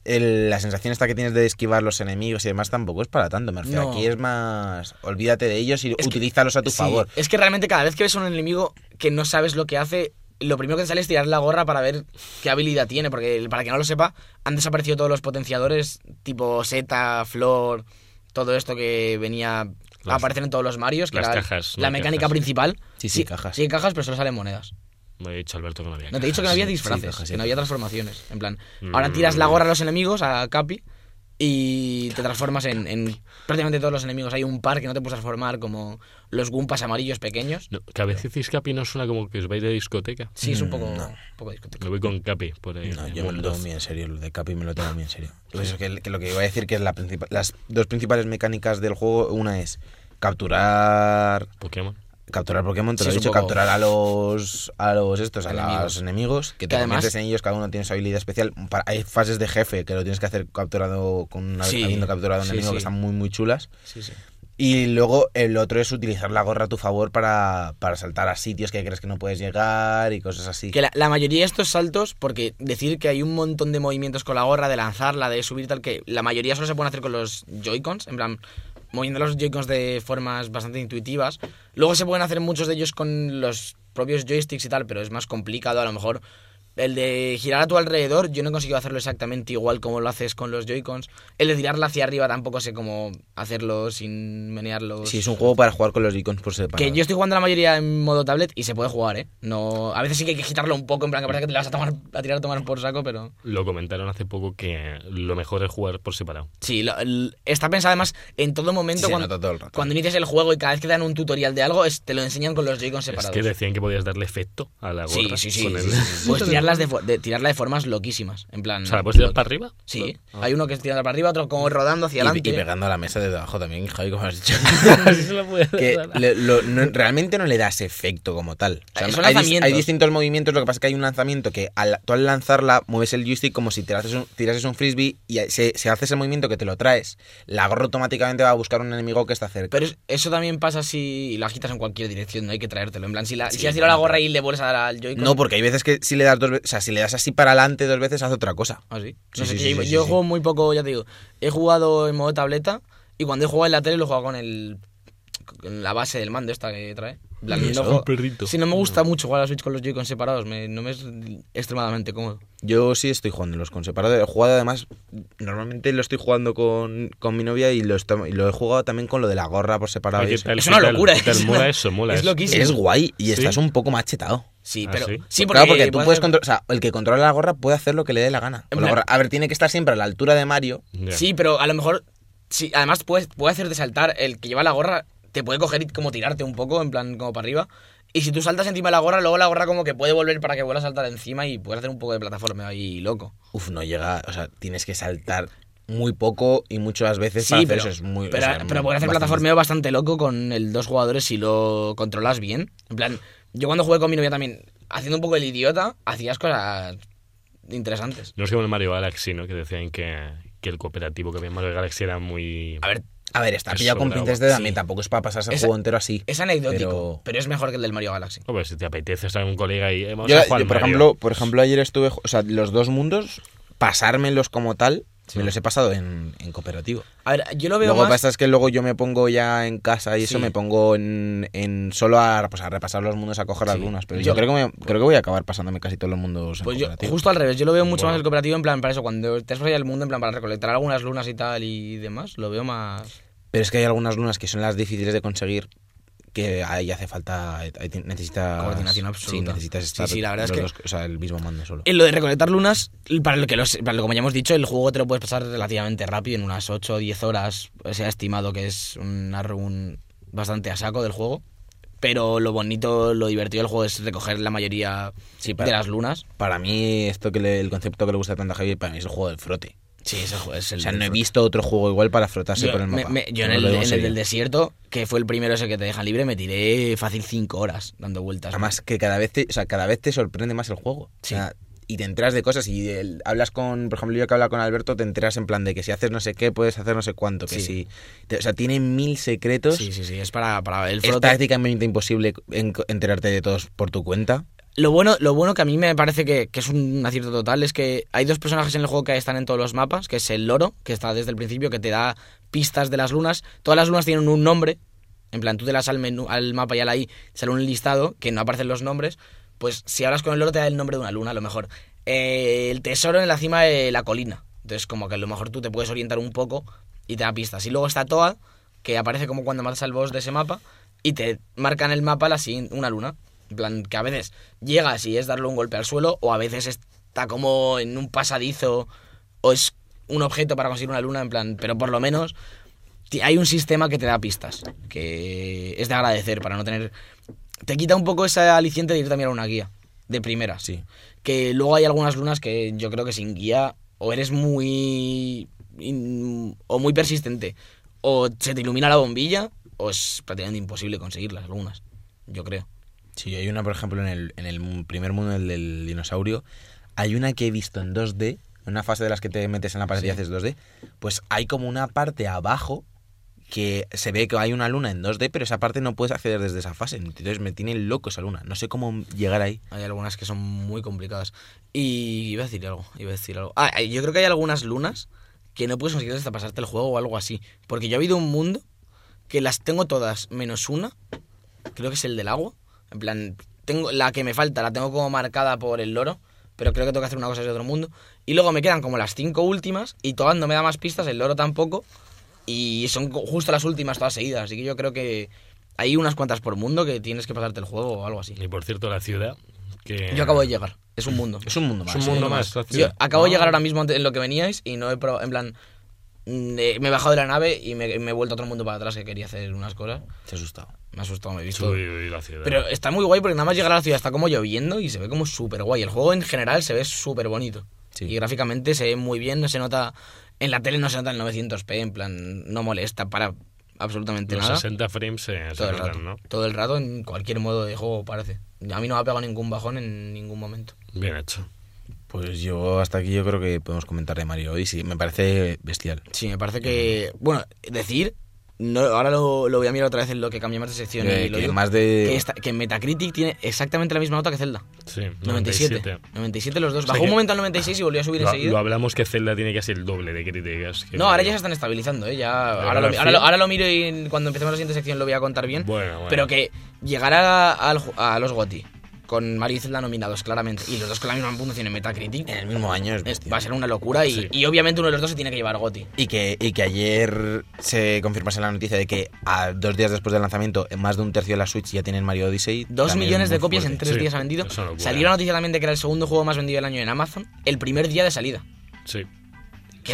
el- la sensación esta que tienes de esquivar los enemigos y demás tampoco es para tanto. Me refiero,
No.
aquí es más. Olvídate de ellos y
que-
utilízalos a tu
Sí,
favor.
Es que realmente cada vez que ves a un enemigo que no sabes lo que hace, lo primero que te sale es tirar la gorra para ver qué habilidad tiene. Porque para que no lo sepa, han desaparecido todos los potenciadores tipo seta, flor, todo esto que venía a
Las-
aparecer en todos los Marios. Que
las
era
cajas,
La
no
mecánica
cajas.
principal.
Sí, sí, cajas.
Sí, cajas, pero solo salen monedas.
Me ha dicho Alberto que no había.
No te he dicho que no
sí,
había
sí,
disfraces,
cajas, sí,
que no había
cajas.
transformaciones. En plan,
Mm.
ahora tiras la gorra a los enemigos, a Capi, y te transformas en, en prácticamente todos los enemigos. Hay un par que no te puedes transformar, como los Gumpas amarillos pequeños.
No, que a veces decís Capi no suena como que os vais de discoteca.
Sí, es un poco,
Mm, no.
un poco discoteca.
Me voy con Capi por ahí.
No,
en
yo me lo
Molotov.
tomo muy en serio, lo de Capi me lo tomo muy en serio. Pues eso que, que lo que iba a decir que es la principal- las dos principales mecánicas del juego, una es capturar
Pokémon.
capturar Pokémon, te
Sí,
lo he
es un
dicho,
poco-
capturar a los a los estos, a
Enemigos.
los enemigos, que te
Que además-
conviertes en ellos, cada uno tiene su habilidad especial. Para- hay fases de jefe que lo tienes que hacer capturado con una-
Sí,
habiendo capturado a un
sí,
enemigo
sí.
que están muy muy chulas.
Sí, sí.
Y luego el otro es utilizar la gorra a tu favor para, para saltar a sitios que crees que no puedes llegar y cosas así.
Que la, la mayoría de estos saltos, porque decir que hay un montón de movimientos con la gorra, de lanzarla, de subir tal, que la mayoría solo se pueden hacer con los Joy-Cons, en plan, moviendo los Joy-Cons de formas bastante intuitivas. Luego se pueden hacer muchos de ellos con los propios joysticks y tal, pero es más complicado a lo mejor. El de girar a tu alrededor, yo no he conseguido hacerlo exactamente igual como lo haces con los Joy-Cons. El de tirarla hacia arriba tampoco sé cómo hacerlo sin menearlo.
Sí, es un juego para jugar con los icons por separado.
Que yo estoy jugando la mayoría en modo tablet y se puede jugar, ¿eh? No, a veces sí que hay que agitarlo un poco, en plan que parece que te la vas a, tomar, a tirar a tomar por saco, pero...
Lo comentaron hace poco que lo mejor es jugar por separado.
Sí, lo- el- está pensado además en todo momento
Sí, se
cuando,
nota todo el rato.
cuando inicias el juego y cada vez que dan un tutorial de algo es- te lo enseñan con los Joy-Con
Es
separados.
que decían que podías darle efecto a la
sí,
gorra.
sí, sí,
con
sí,
el-
sí, sí. Mm, Puedes tirarlas de, fo- de- tirarla de formas loquísimas, en plan...
O sea, ¿la puedes tirar para arriba?
Sí,
Ah.
hay uno que es tirar para arriba, otro como rodando hacia
Y-
adelante.
Y, pegando a la mesa de debajo también, Javi, como has dicho.
Así se la puedes
que
dar.
le- lo- no- realmente no le das efecto como tal.
Es un
hay, dis-
lanzamiento.
hay distintos movimientos, lo que pasa es que hay un lanzamiento que al, tú al lanzarla mueves el joystick como si tirases un, tirases un frisbee y se, se hace ese movimiento que te lo traes. La gorra automáticamente va a buscar un enemigo que está cerca.
Pero es- eso también pasa si la agitas en cualquier dirección, no hay que traértelo. En plan, si, la,
Sí,
si has tirado la
bueno,
gorra
pero-
y le vuelves a dar al Joy-Con...
no, porque hay veces que si le das dos veces, o sea, si le das así para adelante dos veces hace otra cosa.
¿Ah, sí? No
Sí, sí,
sé, que
sí,
yo,
sí,
yo
sí,
juego
sí.
muy poco, ya te digo. He jugado en modo tableta y cuando he jugado en la tele lo he jugado con el con la base del mando esta que trae. En plan,
¿Y
no
eso? Mm.
juego-
Un perrito.
Sí, no me gusta mucho jugar a la Switch con los Joy-Con separados, me- no me es extremadamente cómodo.
Yo sí estoy jugando los con separado. He jugado además, normalmente lo estoy jugando con, con mi novia y lo, estoy- y lo he jugado también con lo de la gorra por separado.
Ay,
y
¿qué
eso.
tal,
es
qué
una
tal,
locura,
qué tal?
es
Mola
una-
eso, mola.
es
eso.
loquísimo.
Es guay y
Sí.
estás un poco machetado.
Sí,
¿Ah,
pero
sí?
sí,
claro, porque tú
puedes
puedes
hacer-
controlar. O sea, el que controla la gorra puede hacer lo que le dé la gana.
En
con la
plan-
gorra. A ver, tiene que estar siempre a la altura de Mario.
Ya.
Sí, pero a lo mejor sí, además puedes puede hacerte saltar el que lleva la gorra te puede coger y como tirarte un poco en plan como para arriba. Y si tú saltas encima de la gorra, luego la gorra como que puede volver para que vuelva a saltar encima y puedes hacer un poco de plataforma ahí loco.
Uf, no llega. O sea, tienes que saltar muy poco y muchas veces
Sí,
para hacer
pero,
eso es muy.
pero,
o sea,
pero puedes hacer
bastante-
plataformeo bastante loco con el dos jugadores si lo controlas bien. En plan, yo cuando jugué con mi novia también, haciendo un poco el idiota, hacías cosas interesantes.
No es como el Mario Galaxy, ¿no? Que decían que, que el cooperativo que había en Mario Galaxy era muy...
A ver,
A ver, está
Es
pillado con
sobrado.
pinzas de dame.
Sí.
Tampoco es para pasarse el
Es-
juego entero así.
es anecdótico,
Pero-
pero... es mejor que el del Mario Galaxy.
Hombre, pues, si te apetece estar con un colega y... eh, vamos
Yo,
a
yo,
jugar
por,
Mario.
ejemplo, por ejemplo, ayer estuve. ju- O sea, los dos mundos, pasármelos como tal, me los he pasado en, en cooperativo.
A ver, yo lo veo
Lo que
más...
pasa es que luego yo me pongo ya en casa y eso
Sí.
me pongo en, en solo a, pues, a repasar los mundos, a coger las
Sí.
lunas. Pero yo,
Yo-
creo, que me- creo que voy a acabar pasándome casi todos los mundos. en
Pues yo,
cooperativo.
justo al revés, yo lo veo mucho
Bueno.
más el cooperativo en plan para eso, cuando te has pasado ya el mundo en plan para recolectar algunas lunas y tal y demás, lo veo más...
Pero es que hay algunas lunas que son las difíciles de conseguir que ahí hace falta. ahí ti- necesitas.
Coordinación absoluta.
Sí, necesitas
Sí,
estar.
sí, la verdad es
los
que- Eh
dos- o sea, el mismo mando solo.
En lo de recolectar lunas, para lo que los- para lo, como ya hemos dicho, el juego te lo puedes pasar relativamente rápido, en unas 8 o 10 horas. Se ha estimado que es una run bastante a saco del juego. Pero lo bonito, lo divertido del juego es recoger la mayoría
Sí, para-
de las lunas.
Para mí, esto que le- el concepto que le gusta tanto a Javier, para mí es el juego del frote.
Sí, ese juego es el.
O sea,
del
no he
fruto.
visto otro juego igual para frotarse
Yo,
por el
me-
mapa.
me- yo en
Os
el,
lo digo
en el
serio.
del desierto, que fue el primero ese que te deja libre, me tiré fácil 5 horas dando vueltas.
Además que cada vez te, o sea, cada vez te sorprende más el juego.
Sí.
O sea, y te enteras de cosas y el- hablas con, por ejemplo, yo que habla con Alberto, te enteras en plan de que si haces no sé qué, puedes hacer no sé cuánto, que
Sí.
si... te- o sea, tiene mil secretos.
Sí, sí, sí, es para, para el
Es
frote.
prácticamente imposible en- enterarte de todos por tu cuenta.
Lo bueno, lo bueno que a mí me parece que, que es un acierto total es que hay dos personajes en el juego que están en todos los mapas, que es el loro, que está desde el principio, que te da pistas de las lunas. Todas las lunas tienen un nombre, en plan, tú te las al, menú, al mapa y a la I, sale un listado que no aparecen los nombres. Pues si hablas con el loro te da el nombre de una luna, a lo mejor. Eh, el tesoro en la cima de la colina. Entonces, como que a lo mejor tú te puedes orientar un poco y te da pistas. Y luego está Toad, que aparece como cuando matas al boss de ese mapa y te marca en el mapa la siguiente- una luna. En plan, que a veces llegas y es darle un golpe al suelo, o a veces está como en un pasadizo, o es un objeto para conseguir una luna, en plan, pero por lo menos ti- hay un sistema que te da pistas, que es de agradecer para no tener... Te quita un poco ese aliciente de ir también a una guía, de primera.
Sí.
Que luego hay algunas lunas que yo creo que sin guía o eres muy... in- o muy persistente, o se te ilumina la bombilla, o es prácticamente imposible conseguirlas algunas, yo creo.
Sí, hay una, por ejemplo, en el, en el mu- primer mundo, el del dinosaurio, hay una que he visto en 2D, una fase de las que te metes en la pared y
Sí.
haces 2D, pues hay como una parte abajo que Eh, se ve que hay una luna en 2D, pero esa parte no puedes acceder desde esa fase. Entonces me tiene loco esa luna. No sé cómo llegar ahí.
Hay algunas que son muy complicadas. Y iba a decir algo, iba a decir algo. Ah, yo creo que hay algunas lunas que no puedes conseguir hasta pasarte el juego o algo así. Porque yo he habido un mundo que las tengo todas menos una. Creo que es el del agua. En plan, tengo la que me falta, la tengo como marcada por el loro. Pero creo que tengo que hacer una cosa de otro mundo. Y luego me quedan como las cinco últimas y todas no me da más pistas, el loro tampoco. Y son co- justo las últimas todas seguidas. Así que yo creo que hay unas cuantas por mundo que tienes que pasarte el juego o algo así.
Y por cierto, la ciudad. Que...
Yo acabo de llegar. Es un mundo.
Es un mundo
Eh, Es
más.
un
¿eh?
mundo más. la
Yo
ciudad.
acabo de
Ah.
llegar ahora mismo ante- en lo que veníais y no he probado. En plan, mm, eh, me he bajado de la nave y me, me he vuelto a otro mundo para atrás que quería hacer unas cosas.
Te he asustado.
Me ha asustado, me he visto.
Uy, uy, la ciudad.
Pero está muy guay porque nada más llegar a la ciudad está como lloviendo y se ve como súper guay. El juego en general se ve súper bonito.
Sí.
Y gráficamente se ve muy bien, no se nota. En la tele no se nota el 900p, en plan, no molesta para absolutamente
los
nada.
60 frames eh, se
todo el rato.
notan, ¿no?
Todo el rato en cualquier modo de juego parece. A mí no me ha pegado ningún bajón en ningún momento.
Bien hecho.
Pues yo hasta aquí yo creo que podemos comentar de Mario hoy. Sí, me parece bestial.
Sí, me parece que. Bueno, decir. No, ahora lo, lo voy a mirar otra vez en lo que cambiamos de sección.
Eh,
y lo
que
digo,
más de-
Que, este esta- que Metacritic tiene exactamente la misma nota que Zelda.
Sí,
97. 97, los dos.
O sea
Bajó
que-
un momento al 96 y volvió a subir
Lo,
enseguida.
lo hablamos que Zelda tiene casi el doble de críticas. que
no, ahora
Mario.
ya se están estabilizando, ¿eh? Ya,
Pero
ahora, lo,
ahora
mi- ahora lo-
sí.
ahora lo miro y cuando empecemos la siguiente sección lo voy a contar bien.
Bueno, bueno.
Pero que llegar a, al ju- a los GOTY con Mario y Zelda nominados, claramente, y los dos con la misma puntuación en Metacritic,
En el mismo año es
es-
bestial.
va a ser una locura y,
Sí.
y obviamente uno de los dos se tiene que llevar GOTY.
Y que, y que ayer se confirmase la noticia de que a dos días después del lanzamiento, en más de un tercio de la Switch ya tienen Mario Odyssey.
Dos
También
millones de
muy
copias en
fuerte.
tres
Sí,
días ha vendido.
es una locura.
Salió la noticia también de que era el segundo juego más vendido del año en Amazon, el primer día de salida.
Sí.
Que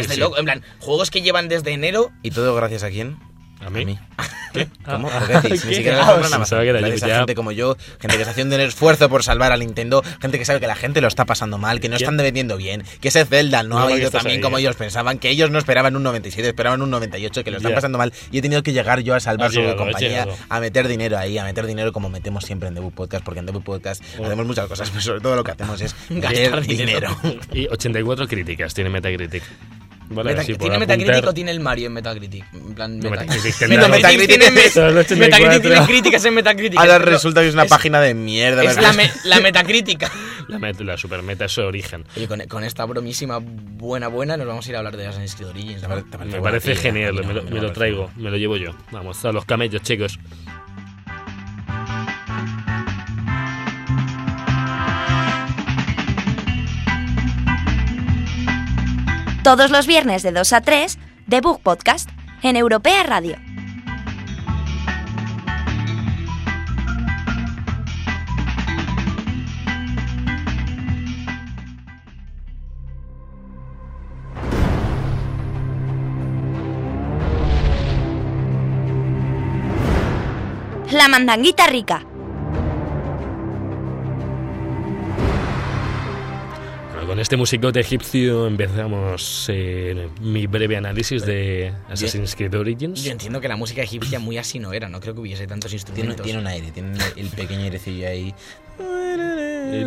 Sí,
es de
sí.
loco, en plan, juegos que llevan desde enero.
¿Y todo gracias a quién?
¿A mí?
A mí.
¿Qué?
¿Cómo?
Ah,
Porque a ti, ni
¿qué?
siquiera lo
Ah,
compran nada más.
pensaba que era yo,
Gracias a
ya.
gente como yo, gente que está haciendo el esfuerzo por salvar a Nintendo, gente que sabe que la gente lo está pasando mal, que no
¿Quién?
están vendiendo bien, que ese Zelda no,
No,
ha
porque
ido
estás
tan bien
ahí,
como
eh.
ellos pensaban, que ellos no esperaban un 97, esperaban un 98, que lo están
Ya.
pasando mal y he tenido que llegar yo a salvar
Has
su
llegado, has
compañía,
llegado.
a meter dinero ahí, a meter dinero como metemos siempre en Debut Podcast, porque en Debut Podcast
Oh.
hacemos muchas cosas, pero sobre todo lo que hacemos es
Gastar
meter
dinero.
dinero.
Y 84 críticas tiene Metacritic. Vale,
Meta-
así por
¿Tiene Metacritic
apuntar-
o tiene el Mario en Metacritic? En plan,
No,
Meta-
Metacritic tendrá algo.
Metacritic
Metacritic
tiene me-
Son los 84.
Metacritic tiene críticas en Metacritic.
Ahora
es que no-
resulta que es una
es-
página de mierda.
Es
¿verdad?
la, me- la metacrítica.
La, met- la supermeta es su origen.
Oye, con, con esta bromísima buena buena nos vamos a ir a hablar de Assassin's Creed Origins.
Te
¿no?
parece- te
Me
buena
parece
idea.
genial,
A mí no,
me,
a
lo,
mí no
me lo
parece
traigo, me lo llevo yo. Vamos, a los camellos, chicos.
Todos los viernes de 2 a 3, The Book Podcast, en Europea Radio. La mandanguita rica.
Bueno, con este musicote egipcio empezamos eh, mi breve análisis de Assassin's Creed
Yo
Origins.
entiendo que la música egipcia muy así no era, no creo que hubiese tantos
Tiene,
instrumentos.
tiene un aire, tiene el pequeño airecillo ahí.
Muy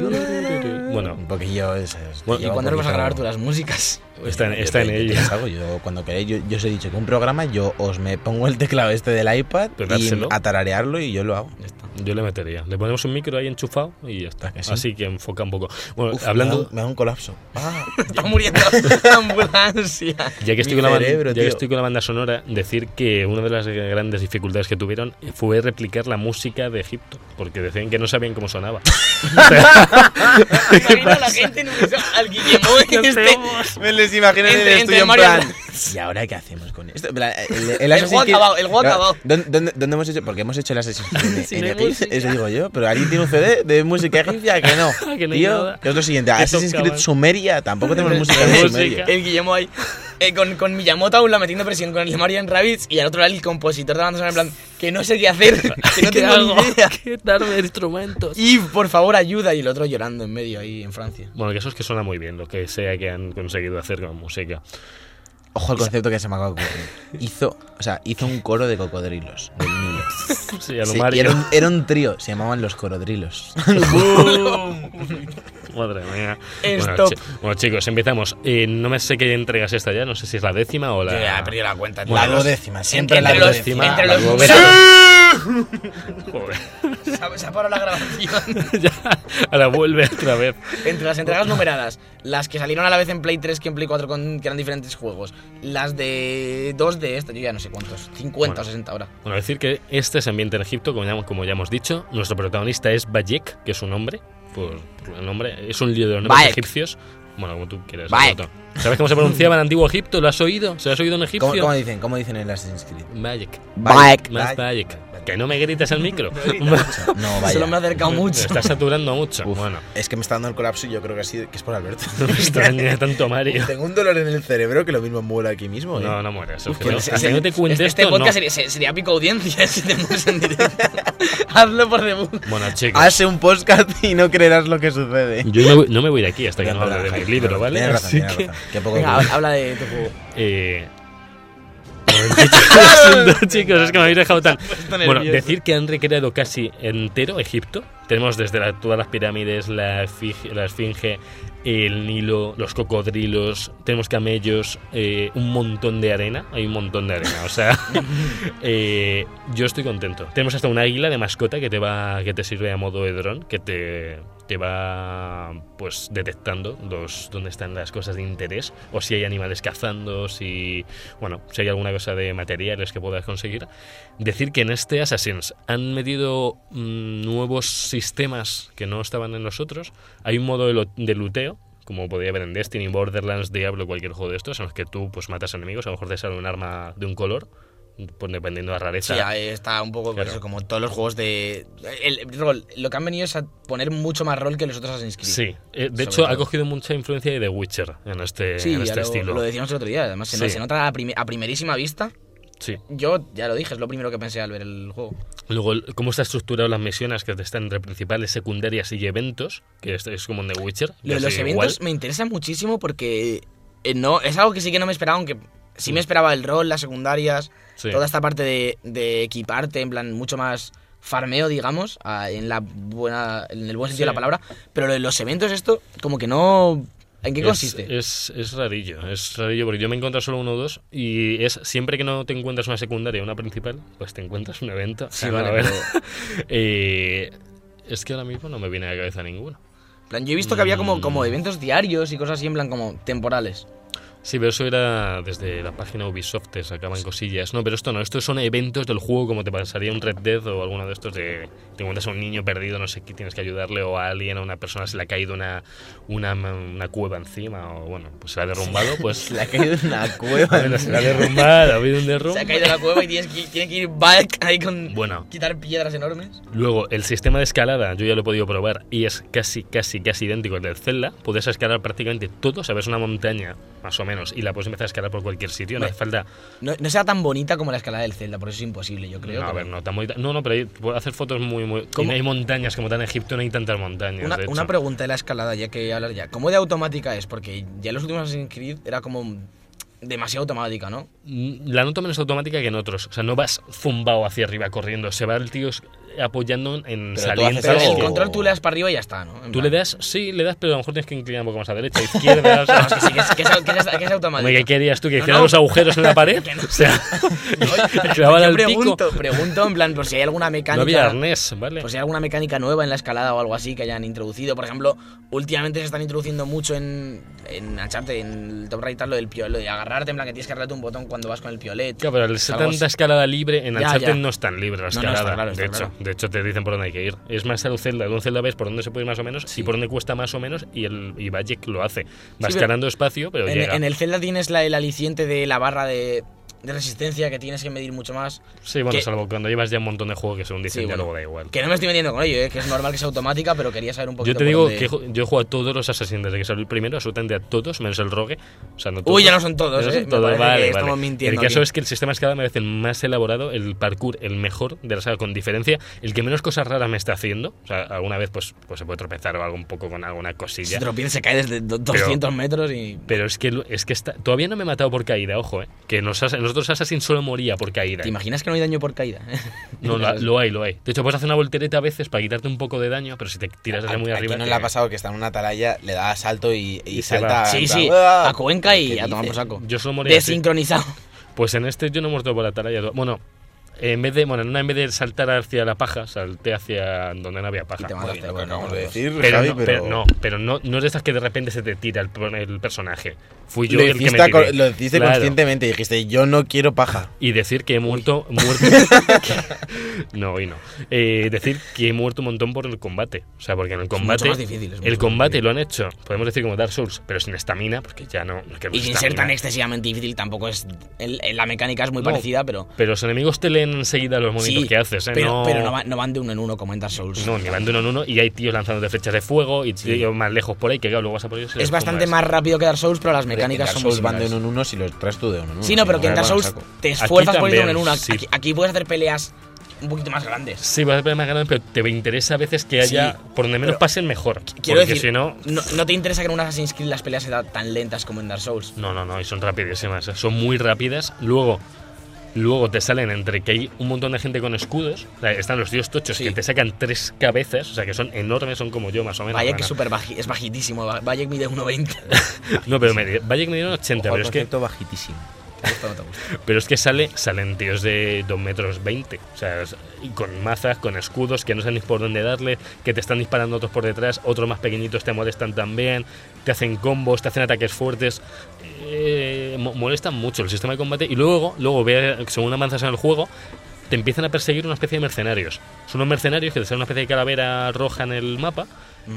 Bueno,
Un poquillo eso. es-
Bueno, ¿y
te
¿Y
lleva un
cuándo le vas a
poquito-
grabar tú las músicas?
está en,
Yo
está
te-
en
yo te
ello.
las hago. Yo cuando queréis, yo, yo os he dicho que un programa yo os me pongo el teclado este del ipead
Pegárselo.
y a tararearlo y yo lo hago.
Ya está.
Yo le metería. Le ponemos un micro ahí enchufado y ya está.
¿A ¿Ah, que sí?
Así que enfoca un poco. Bueno,
Uf, me
hablando.
da, un- me da un colapso. Ah,
Está muriendo la ambulancia.
Ya que, estoy
mi
con la ban-
cerebro,
ya que
tío.
estoy con la banda sonora, decir que una de las grandes dificultades que tuvieron fue replicar la música de Egipto, porque decían que no sabían cómo sonaba.
Imagina a la gente en un al Guillermo este.
me les imagino
Entre- entre Mario Hernández.
¿Y ahora qué hacemos con esto? En plan, El, el,
El
Assassin's Creed-
Guatabao, el Guatabao.
¿Dónde, dónde, dónde hemos hecho? Porque hemos hecho el Assassin's Creed
Si
en
no hay
Epic,
música.
eso digo yo. Pero alguien tiene un CD de música egipcia que no.
Que no hay
Tío,
nada.
que es lo siguiente.
Que
Assassin's
tocaban.
Creed Sumeria. Tampoco tenemos música de
Música.
Sumeria.
El Guillermo ahí. eh, con, con Miyamoto aún la metiendo presión con el Marian Rabbits y al otro lado el compositor de la banda sonora en plan que no sé qué hacer, que no tengo
hago?
ni idea.
¿Qué tarde instrumentos?
Y por favor ayuda y el otro llorando en medio ahí en Francia.
Bueno, que eso es que suena muy bien lo que sea que han conseguido hacer con música.
Ojo al concepto que se me acaba de ocurrir. Hizo, o sea, hizo un coro de cocodrilos del Nilo.
Sí, a lo
Sí, y
Mario.
era, un, era un trío, se llamaban los corodrilos.
Madre mía. Bueno,
Stop.
chi- bueno, chicos, empezamos. Eh, no me sé qué entregas esta ya, no sé si es la décima o la.
Yo ya he perdido la cuenta. tío.
La
Los-
duodécima, siempre
entre
la
los,
duodécima.
Entre
La
los
duodécima.
Joder.
Se ha- se ha parado la grabación.
ya, ahora vuelve otra vez.
Entre las entregas numeradas, las que salieron a la vez en Play 3 que en Play 4 con, que eran diferentes juegos, las de dos de esta, yo ya no sé cuántos, 50
Bueno.
o 60 ahora.
Bueno, decir que este es ambiente en Egipto, como ya, como ya hemos dicho. Nuestro protagonista es Bayek, que es un hombre. Por, por el nombre. Es un líder de los nombres
Bayek.
egipcios. Bueno, como tú quieras.
Bayek.
Roberto. ¿Sabes cómo se pronunciaba en antiguo Egipto? ¿Lo has oído? ¿Se lo has oído en egipcio?
¿Cómo, cómo dicen? ¿Cómo dicen en Assassin's Creed?
Bayek.
Bayek.
Más Bayek. Que no me grites al micro.
No,
Solo
Este
vaya.
me ha acercado mucho.
Está saturando mucho.
Uf,
Bueno,
Es que me está dando el colapso y yo creo que, sí, que es por Alberto.
no me extraña tanto Mario.
Tengo un dolor en el cerebro que lo mismo muero aquí mismo. ¿eh?
No, no mueras.
Uf,
Sergio,
que
no.
ese-
Hasta
ese-
que no te cuentes
este,
esto, no.
podcast sería, se- sería pico audiencia si te mueres en directo. Hazlo por debut.
Ah,
Bueno, chicos.
Hace un podcast y no creerás lo que sucede.
Yo no, voy- no me voy de aquí hasta que no
Perdón,
hable de mi
Jaime,
libro,
perdón.
¿vale?
Tienes razón,
Así
tienes
que,
razón. Qué poco
Venga,
culo.
hab- habla de tu juego.
eh, lo siento, chicos, es que me habéis dejado tan. Bueno,
nervioso.
decir que han recreado casi entero Egipto. Tenemos desde la- todas las pirámides, la, esfige- la esfinge, el Nilo, los cocodrilos, tenemos camellos, eh, un montón de arena. Hay un montón de arena, o sea. eh, yo estoy contento. Tenemos hasta un águila de mascota que te va que te sirve a modo de dron, que te, te va pues detectando los, dónde están las cosas de interés, o si hay animales cazando, si bueno, si hay alguna cosa de materiales que puedas conseguir. Decir que en este Assassins han metido mm, nuevos sistemas que no estaban en los otros. Hay un modo de, lo- de luteo, como podía haber en Destiny, Borderlands, Diablo, cualquier juego de estos, en los que tú pues matas enemigos, a lo mejor te sale un arma de un color, pues, dependiendo de la
Sí,
rareza.
ahí está un poco pues
Claro.
eso, como todos los juegos de. El, el rol. Lo que han venido es a poner mucho más rol que los otros Assassin's Creed.
Sí, eh, de
Sobre
hecho ha
todo.
cogido mucha influencia de The Witcher en este,
Sí,
en
ya
este
lo,
estilo.
lo decíamos el otro día. Además, se, no-
Sí.
se nota a, prime- a primerísima vista.
Sí.
Yo ya lo dije, es lo primero que pensé al ver el juego.
Luego, el- cómo está estructurado las misiones que están entre principales, secundarias y eventos, que es, es como en The Witcher.
Lo
que
de los
es igual.
eventos me interesa muchísimo porque eh, no, es algo que sí que no me esperaba, aunque sí me esperaba el rol, las secundarias,
Mm. Sí.
toda esta parte de, de equiparte, en plan mucho más farmeo, digamos, a- en la buena en el buen sentido
Sí.
de la palabra, pero lo de los eventos esto como que no ¿En qué
Es- eh,
consiste?
Es, es rarillo, es rarillo porque yo me he encontrado solo uno o dos y es siempre que no te encuentras una secundaria o una principal, pues te encuentras un evento.
Sí,
Ah,
vale,
a ver.
pero-
Eh, es que ahora mismo no me viene a la cabeza ninguno.
en plan, yo he visto que había como, como
Mm.
eventos diarios y cosas así en plan como temporales.
Sí, pero eso era desde la página Ubisoft, te sacaban cosillas. No, pero esto no, estos son eventos del juego como te pasaría un Red Dead o alguno de estos de te encuentras a un niño perdido, no sé qué, tienes que ayudarle o a alguien, a una persona se le ha caído una, una, una cueva encima o bueno, pues se la ha derrumbado, pues...
Le ha caído una cueva.
Bueno, se la ha derrumbado, ha habido un
Se ha
derrumbe.
caído de la cueva y tienes que, tiene que ir back ahí con
Bueno.
quitar piedras enormes.
Luego, el sistema de escalada, yo ya lo he podido probar y es casi, casi, casi idéntico al del Zelda. Puedes escalar prácticamente todo, sabes, una montaña, más o menos, y la puedes empezar a escalar por cualquier sitio. No hace falta.
No, no sea tan bonita como la escalada del Zelda, por eso es imposible, yo creo.
No, a
pero-
ver, no, tan bonita- No, no, pero ahí puedo hacer fotos muy, muy. y
¿Cómo?
no hay montañas como tan en Egipto, no hay tantas montañas.
Una,
de hecho.
una pregunta de la escalada, ya que hablar ya. ¿Cómo de automática es? Porque ya en los últimos Assassin's Creed era como demasiado automática, ¿no?
Mm, La noto menos automática que en otros. O sea, no vas zumbado hacia arriba corriendo. Se va el tío. apoyando en
tú
salientes.
haces
Pero
Pero-
el control tú le das para arriba y ya está, ¿no? En
Tú
plan.
le das, sí, le das, pero a lo mejor tienes que inclinar un poco más a derecha, a izquierda. o sea,
No, es que sí, que es, que es, que es- que es automático.
Hombre, ¿qué querías tú? ¿Que
No,
hicieran
no.
los agujeros en la pared? O sea, clavar
Yo
al pico.
pregunto, pregunto en plan por si hay alguna
No había
mecánica.
arnés, ¿vale?
por si hay alguna mecánica nueva en la escalada o algo así que hayan introducido. Por ejemplo, últimamente se están introduciendo mucho en, en Uncharted, en el Top Right, lo del piolet, lo de agarrarte, en plan que tienes que agarrarte un botón cuando vas con el piolet.
Claro, pero al ser
Algo así.
tanta escalada libre, en
Ya,
Uncharted
ya.
no es tan libre la
No, no, está
escalada.
claro, está
de, hecho,
claro.
de hecho, te dicen por dónde hay que ir. Es más al Zelda. En un Zelda ves por dónde se puede ir más o menos y por dónde cuesta más o menos y, el, y Magic lo hace. Vas
pero
ganando espacio, pero
En,
llega.
en el Zelda tienes la, el aliciente de la barra de, de resistencia que tienes que medir mucho más.
sí, bueno,
que-
salvo cuando llevas ya un montón de juegos que según dicen
Sí,
ya
bueno.
luego da igual.
Que no me estoy metiendo con ello, ¿eh? que es normal que sea automática, pero quería saber un poquito.
Yo te
por
digo
dónde-
que jo- yo he jugado a todos los Assassin's desde que salió el primero, absolutamente a todos, menos el Rogue. O sea, no todos.
Uy, ya no son todos,
Ya no
¿eh?
son
Me
todos,
parece
vale,
que
vale.
estamos mintiendo.
El caso
aquí.
es que el sistema escalada me parece el más elaborado, el parkour el mejor de la saga con diferencia, el que menos cosas raras me está haciendo. O sea, alguna vez pues, pues se puede tropezar o algo un poco con alguna
Si
cosilla.
te lo piensas, se cae desde do- 200 metros y.
Pero es que, lo- es que está, todavía no me he matado por caída, ojo, ¿eh? Que en los, Assa- en los otros Assassin solo moría por caída. eh.
¿Te imaginas que no hay daño por caída? eh.
No, la- lo hay, lo hay. De hecho, puedes hacer una voltereta a veces para quitarte un poco de daño, pero si te tiras desde
A-
muy
aquí
arriba...
no
te-
le ha pasado que está en una atalaya, le da salto y, y
Y se va.
salta. en
Sí,
plan,
sí,
¡Ah!
a Cuenca y
¿Qué
a tomar por
dices?
saco.
Yo solo moría así.
Desincronizado.
Pues en este yo no he muerto por la atalaya. Bueno, en vez de, bueno, en una en vez de saltar hacia la paja, salté hacia donde no había paja.
Y te
Muy
mataste,
bien, lo que
bueno,
acabamos de
bueno,
decir,
Pero,
Javi,
no, pero... no, pero no, no es de estas que de repente se te tira el, pro- el personaje. Fui yo
lo
el que
hiciste,
me
co-
tiré.
lo hiciste
Claro.
conscientemente, dijiste, yo no quiero paja.
Y decir que he muerto, muerto. no, hoy no. Eh, decir que he muerto un montón por el combate. O sea, porque en el combate.
mucho más difícil, es mucho
el
más
combate
difícil.
lo han hecho, podemos decir como Dark Souls, pero sin estamina, porque ya no. que no
Y
es
sin ser tan
estamina.
excesivamente difícil tampoco es. el- el- la mecánica es muy
No.
parecida, pero.
Pero los enemigos te leen enseguida los movimientos
Sí,
que haces, ¿eh?
pero,
no...
pero no, va- no van de uno en uno como en Dark Souls.
pues No, ni van de uno en uno y hay tíos lanzándote flechas de fuego y tíos más lejos por ahí que claro, luego vas a por ellos. y
es
los
bastante
tumbas.
más rápido que Dark Souls, pero las mecánicas
En Dark
son muy
Souls van de
similares.
uno en uno si los traes tú de uno en uno.
Sí, no, pero que en
Ahora
Dark
vamos
Souls
a saco.
te esfuerzas por ir de
también,
uno en uno.
sí.
Aquí, aquí puedes hacer peleas un poquito más grandes.
Sí, vas a tener más ganas, pero te interesa a veces que haya.
Sí,
por donde menos
pero-
pasen, mejor.
Quiero
porque
decir,
si no.
no, te interesa que en un Assassin's Creed las peleas sean tan lentas como en Dark Souls.
No, no, no, y son rapidísimas. ¿eh? Son muy rápidas. Luego. Luego te salen entre que hay un montón de gente con escudos. o sea, Están los tíos tochos
Sí.
que te sacan tres cabezas, o sea que son enormes, son como yo más o menos.
Vaya
bueno.
que es súper baji- es bajitísimo. Va- Vaya que mide 1,20.
No, pero me, Vaya que me dieron 80,
Ojo al
pero es, que,
concepto bajitísimo.
Esto no te gusta.
pero es que sale, salen tíos de 2 metros 20. O sea, es- y con mazas, con escudos, que no saben ni por dónde darle, que te están disparando otros por detrás, otros más pequeñitos te molestan también, te hacen combos, te hacen ataques fuertes. Eh, mo- molestan mucho el sistema de combate. Y luego, luego ve- según avanzas en el juego, te empiezan a perseguir una especie de mercenarios. Son unos mercenarios que te salen una especie de calavera roja en el mapa.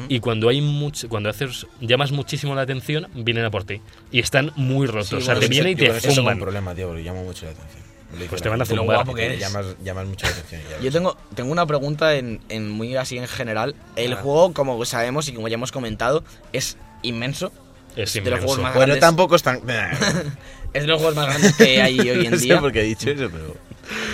Y cuando hay mucho, cuando haces llamas muchísimo la atención, vienen a por ti. y están muy rotos.
Sí,
o sea,
bueno,
te
eso-
vienen y
Yo
te
con eso tengo
zumban.
un problema, tío, porque llama mucho la atención. Lo digo
Pues te van a
realmente.
zumbar.
guapo que eres.
Llamas, llamas mucho la atención. ya
Yo
ves.
tengo, tengo una pregunta en, en muy así en general. El
Ah.
juego, como sabemos y como ya hemos comentado, es inmenso.
Es
de los
inmenso.
juegos más
Bueno,
grandes.
tampoco es tan...
Es de los juegos más grandes que hay hoy en
no
día.
sé por qué he dicho eso, pero...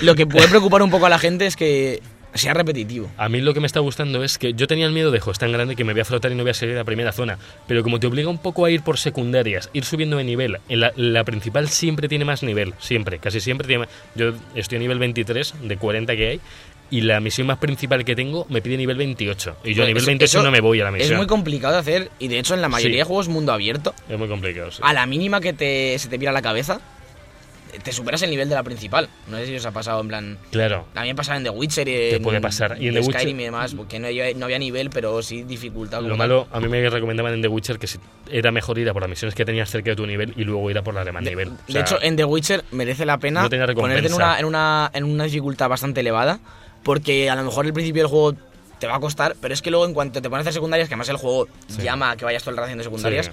Lo que puede preocupar un poco a la gente es que sea repetitivo.
A mí lo que me está gustando es que yo tenía el miedo de, jo, es tan grande que me voy a frotar y no voy a salir de la primera zona. Pero como te obliga un poco a ir por secundarias, ir subiendo de nivel, en la, la principal siempre tiene más nivel, siempre, casi siempre tiene más. Yo estoy a nivel 23 de 40 que hay. Y la misión más principal que tengo me pide nivel 28. Y yo a nivel
Pues Eso-
28
eso
no me voy a la misión.
Es muy complicado de hacer y de hecho en la mayoría
Sí.
de juegos mundo abierto,
Es muy complicado. sí.
a la mínima que te, se te pira la cabeza, te superas el nivel de la principal. No sé si os ha pasado en plan...
Claro.
También pasaba en The Witcher y en,
puede pasar. Y en The
Skyrim
Witcher-
y demás, porque no había, no había nivel, pero sí dificultad.
Lo
como
malo, a mí me recomendaban en The Witcher que si era mejor ir a por las misiones que tenías cerca de tu nivel y luego ir a por las de más
De,
nivel. O
de
sea,
hecho, en The Witcher merece la pena
no tenía recompensa.
ponerte en una, en, una, en una dificultad bastante elevada, porque a lo mejor al principio del juego te va a costar, pero es que luego en cuanto te pones a hacer secundarias, que además el juego llama a que vayas todo el rato haciendo secundarias,
Sí.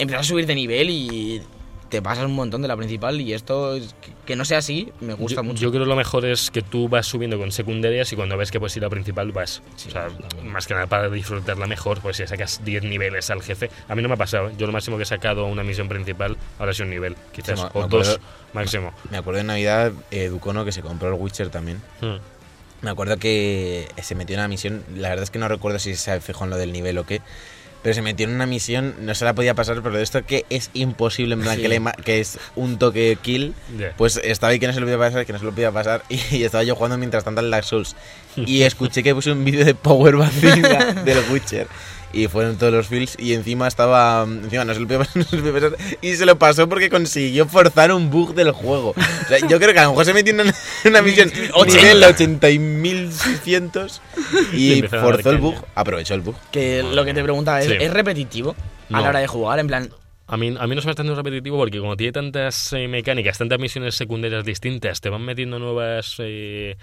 empiezas a subir de nivel y te pasas un montón de la principal y esto, es- que, que no sea así, me gusta
yo,
mucho.
yo creo que lo mejor es que tú vas subiendo con secundarias y cuando ves que puedes ir a principal vas. o sea, más que nada para disfrutarla mejor, pues si sacas 10 niveles al jefe. A mí no me ha pasado. ¿eh? Yo lo máximo que he sacado a una misión principal ahora es un nivel, quizás.
Sí, me-
o
me
dos,
acuerdo-
máximo.
Me acuerdo en Navidad, eh, Ducono, que se compró el Witcher también.
Hmm.
Me acuerdo que se metió en una misión, la verdad es que no recuerdo si se fijó en lo del nivel o qué, pero se metió en una misión, no se la podía pasar, pero de esto que es imposible, en plan,
Sí.
que, le ma- que es un toque kill,
Ya.
pues estaba ahí que no se lo podía pasar, que no se lo podía pasar, y, estaba yo jugando mientras tanto al Dark Souls. Y escuché que puse un vídeo de Power Bazinga del Witcher. Y fueron todos los fields y encima estaba... Encima no se lo podía pasar, no se lo podía pasar, Y se lo pasó porque consiguió forzar un bug del juego. O sea, yo creo que a lo mejor se metió en una, en una misión nivel 80.600
Y
y
empezaron a dar
forzó el
caña.
bug. Aprovechó el bug.
Que lo que te pregunta es,
Sí.
¿es repetitivo a
No.
la hora de jugar? En plan,
A mí, a mí no se me está haciendo repetitivo porque como tiene tantas eh, mecánicas, tantas misiones secundarias distintas, te van metiendo nuevas eh,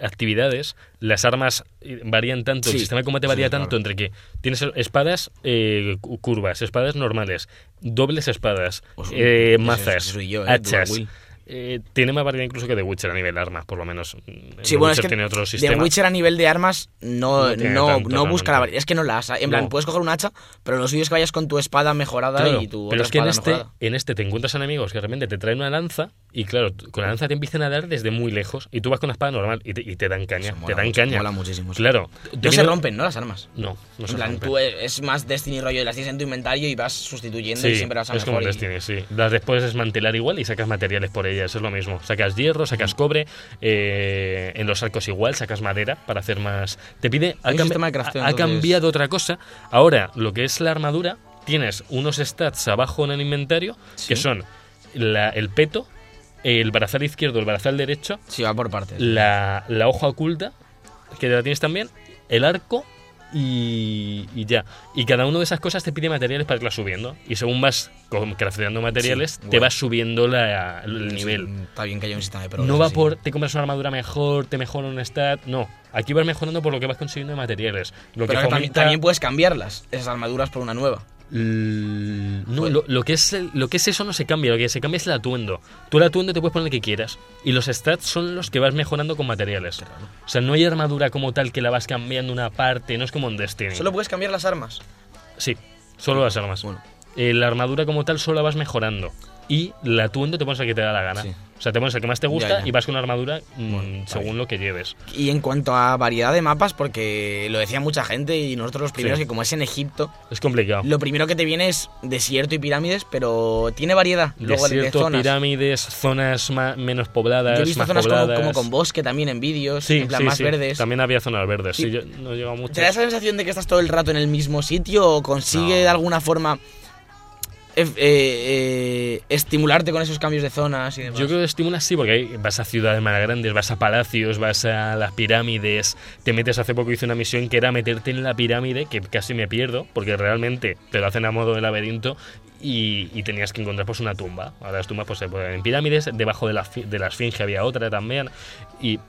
actividades, las armas eh, varían tanto,
Sí,
el sistema de combate
sí,
varía
es
tanto
verdad.
entre que tienes espadas eh, cu- curvas, espadas normales, dobles espadas,
Pues,
eh,
ese-
mazas,
ese soy yo, eh,
hachas.
dual will.
Eh, tiene más variedad incluso que de Witcher a nivel armas, por lo menos.
sí,
The
bueno, es
Witcher
que
tiene otro
The
sistema.
Witcher a nivel de armas no,
No
no,
tiene
no,
tanto,
busca
realmente.
la variedad. Es que no la has. En plan,
No.
puedes coger un hacha, pero lo suyo es que vayas con tu espada mejorada
Claro,
y tu
pero
otra
es que en
espada
este,
mejorada.
en este te encuentras enemigos que realmente te traen una lanza y claro, t- con la lanza te empiezan a dar desde muy lejos y tú vas con la espada normal y te, y te dan caña,
Eso mola
te dan
mucho,
caña.
mola muchísimo, sí.
Claro. te
No se
viene-
rompen, ¿no? Las armas.
No, este no se
en plan,
rompen.
tú e-, es, es más Destiny rollo, las tienes en tu inventario y vas sustituyendo
Sí,
y siempre vas a
es como
mejor. y-
Destiny, sí. Las después desmantelar igual y sacas materiales por ellas, es lo mismo. Sacas hierro,
Mm.
sacas cobre, eh, en los arcos igual, sacas madera para hacer más... Te pide... Ha,
Hay un
cambi-
sistema de crafteo,
ha- ha
entonces.
cambiado otra cosa. Ahora, lo que es la armadura, tienes unos stats abajo en el inventario que son la- el peto, el brazal izquierdo, el brazal derecho,
Sí, va por partes.
la, la hoja oculta, que la tienes también, el arco y, y ya. Y cada una de esas cosas te pide materiales para irlas subiendo. Y según vas con- crafteando materiales,
Sí,
te
bueno.
vas subiendo la- el
Sí,
nivel.
Está bien que haya un sistema de progreso,
No va
sí.
por te compras una armadura mejor, te mejora un stat. No, aquí vas mejorando por lo que vas consiguiendo de materiales. Lo que
Pero que también,
fomenta-
también puedes cambiarlas, esas armaduras por una nueva.
L- No, lo, lo que es, el- lo que es eso no se cambia, lo que se cambia es el atuendo. Tú el atuendo te puedes poner el que quieras y los stats son los que vas mejorando con materiales. O sea, no hay armadura como tal que la vas cambiando una parte, no es como en Destiny.
Solo puedes cambiar las armas.
Sí, solo las armas.
Bueno.
Eh, la armadura como tal solo la vas mejorando y el atuendo te pones el que te da la gana.
Sí.
O sea, te pones el que más te gusta
ya.
y vas con una armadura mm,
Bueno, está
según
bien.
lo que lleves.
Y en cuanto a variedad de mapas, porque lo decía mucha gente y nosotros los primeros,
Sí.
que como es en Egipto,
Es complicado.
lo primero que te viene es desierto y pirámides, pero tiene variedad. Luego de
Desierto,
zonas.
pirámides, zonas ma- menos
Yo
pobladas,
he visto
más
zonas como,
pobladas.
como con bosque también en vídeos, en plan más verdes.
También había zonas verdes. Sí,
Y-
yo no he llegado mucho.
¿Te da esa sensación de que estás todo el rato en el mismo sitio o consigue
No.
de alguna forma ef- eh, eh, estimularte con esos cambios de zonas y demás?
Yo creo que estimula sí, porque ahí vas a ciudades más grandes, vas a palacios, vas a las pirámides, te metes, hace poco hice una misión que era meterte en la pirámide, que casi me pierdo, porque realmente te lo hacen a modo de laberinto y, y tenías que encontrar pues una tumba. Ahora las tumbas pues se ponen en pirámides, debajo de la, fi- de la esfinge había otra también, y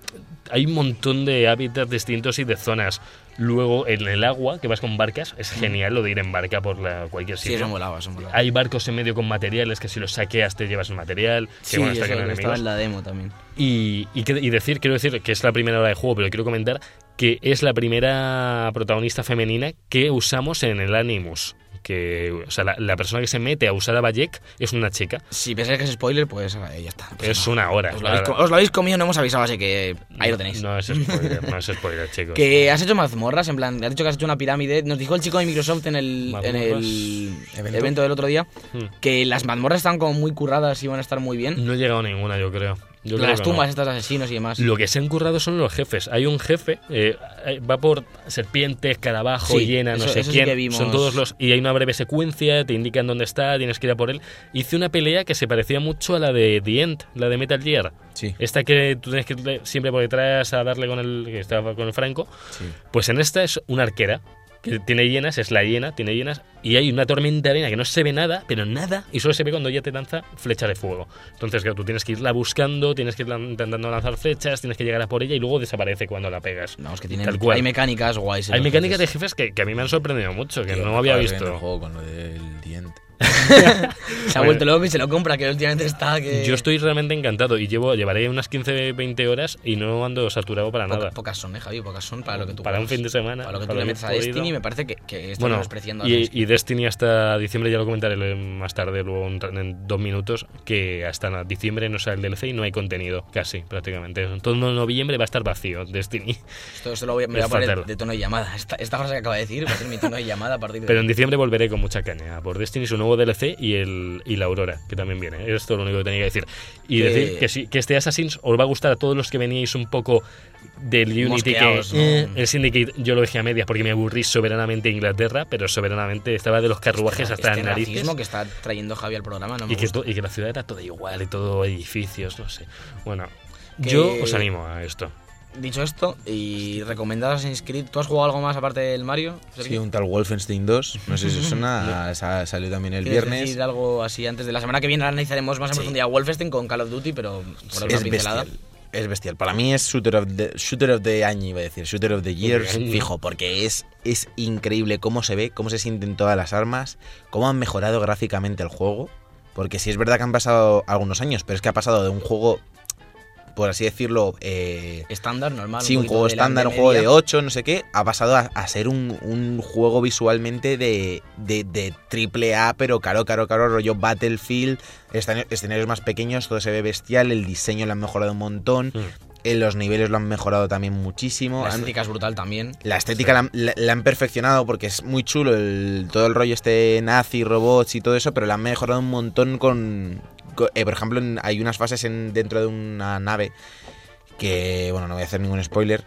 hay un montón de hábitats distintos y de zonas. Luego en el agua, que vas con barcas, es genial lo de ir en barca por la, cualquier
sí,
sitio.
eso molaba, eso molaba.
Hay barcos en medio con materiales que si los saqueas te llevas el material. que,
sí,
bueno,
eso
está lleno de
que estaba
enemigos.
en la demo también.
Y, y que- y decir, quiero decir que es la primera hora de juego, pero quiero comentar que es la primera protagonista femenina que usamos en el Animus. Que, o sea, la, la persona que se mete a usar a Bayek es una chica.
Si pensáis que es spoiler, pues eh, ya está.
Es una hora.
Os lo, habéis, com- os lo habéis comido, no hemos avisado, así que ahí lo tenéis.
No es spoiler, no es spoiler, chicos.
Que has hecho mazmorras, en plan, has dicho que has hecho una pirámide. Nos dijo el chico de Microsoft en el, en el
Mazmorras.
evento.
Evento.
del otro día
Hmm.
que las mazmorras están como muy curradas y van a estar muy bien.
No he llegado a ninguna, yo creo. Yo creo
las
que no.
tumbas, estas de asesinos y demás.
Lo que se han currado son los jefes. Hay un jefe, eh, eh, va por serpientes, carabajo,
Sí,
hiena, no
eso-
sé
eso sí
quién.
que vimos.
Son todos los. Y hay una breve secuencia, te indican dónde está, tienes que ir a por él. Hice una pelea que se parecía mucho a la de The End, la de Metal Gear.
Sí.
Esta que tú tienes que irle siempre por detrás a darle con el. que estaba con el Franco. Pues en esta es una arquera que tiene hienas, es la hiena, tiene hienas, y hay una tormenta de arena que no se ve nada, pero nada, y solo se ve cuando ella te lanza flechas de fuego. Entonces, claro, tú tienes que irla buscando, tienes que irla intentando lanzar flechas, tienes que llegar a por ella y luego desaparece cuando la pegas.
Vamos, que tienen.
Tal cual.
Hay mecánicas guays. en
Hay
los
mecánicas de
jefes.
jefes que, que a mí me han sorprendido mucho, que no había
Acabas de ver en
visto.
el juego con lo del diente.
Se ha
Bueno.
vuelto loco y se lo compra, que últimamente está que...
Yo estoy realmente encantado y llevo llevaré unas 15-20 horas y no ando saturado para
Poca-
nada.
pocas son, eh, Javi, pocas son para lo que tú
Para un
juegas.
fin de semana,
Para lo que tú
para
le
lo
metes a
que he podido.
Destiny, me parece que, que estás
Bueno,
despreciando a
y,
Assassin's
y Destiny hasta diciembre, ya lo comentaré le- más tarde, luego un- en dos minutos, que hasta na- diciembre no sale el DLC y no hay contenido, casi, prácticamente. Todo noviembre va a estar vacío Destiny.
Creed. Esto, esto lo voy a, me
es
voy a poner
fatal.
de tono de llamada. Esta, esta frase que acaba de decir va a ser mi tono de llamada a partir de...
Pero en diciembre volveré con mucha caña por Destiny, su nuevo DLC y el y la Aurora, que también viene. Esto es todo lo único que tenía que decir. Y
Que-
decir que, sí, que este Assassin's os va a gustar a todos los que veníais un poco del Unity que Eh,
Mosqueados, ¿no?
el Syndicate yo lo dejé a medias porque me aburrí soberanamente de Inglaterra, pero soberanamente estaba de los carruajes
Este
hasta las narices.
racismo que está trayendo Javi al programa no me
Y que,
gusta.
to- y que la ciudad era toda igual y todo edificios, no sé. Bueno,
Que-
yo os animo a esto.
Dicho esto, y recomendado Assassin's Creed, ¿tú has jugado algo más aparte del Mario?
Sí, un tal Wolfenstein 2, no sé si os suena, sa- salió también el
¿Quieres
viernes.
decir algo así antes de la semana que viene analizaremos más en profundidad Wolfenstein con Call of Duty, pero por dar una
Es
pincelada.
bestial. Es bestial. Para mí es shooter of the, shooter of the año, iba a decir, shooter of the year,
Año.
fijo, porque es, es increíble cómo se ve, cómo se sienten todas las armas, cómo han mejorado gráficamente el juego. Porque sí es verdad que han pasado algunos años, pero es que ha pasado de un juego, por así decirlo, eh,
Estándar, normal.
sí, un
poquito
juego
de la-
estándar,
de
un juego de
media.
8, no sé qué, ha pasado a, a ser un, un juego visualmente de, de, de triple A, pero caro, caro, caro, rollo Battlefield, escena- escenarios más pequeños, todo se ve bestial, el diseño lo han mejorado un montón,
Mm.
eh, los niveles lo han mejorado también muchísimo.
La
han-
estética es brutal también.
la estética la, han- la- la han perfeccionado porque es muy chulo el, todo el rollo este nazi, robots y todo eso, pero la han mejorado un montón con... con- eh, por ejemplo, en- hay unas fases en, dentro de una nave que, bueno, no voy a hacer ningún spoiler.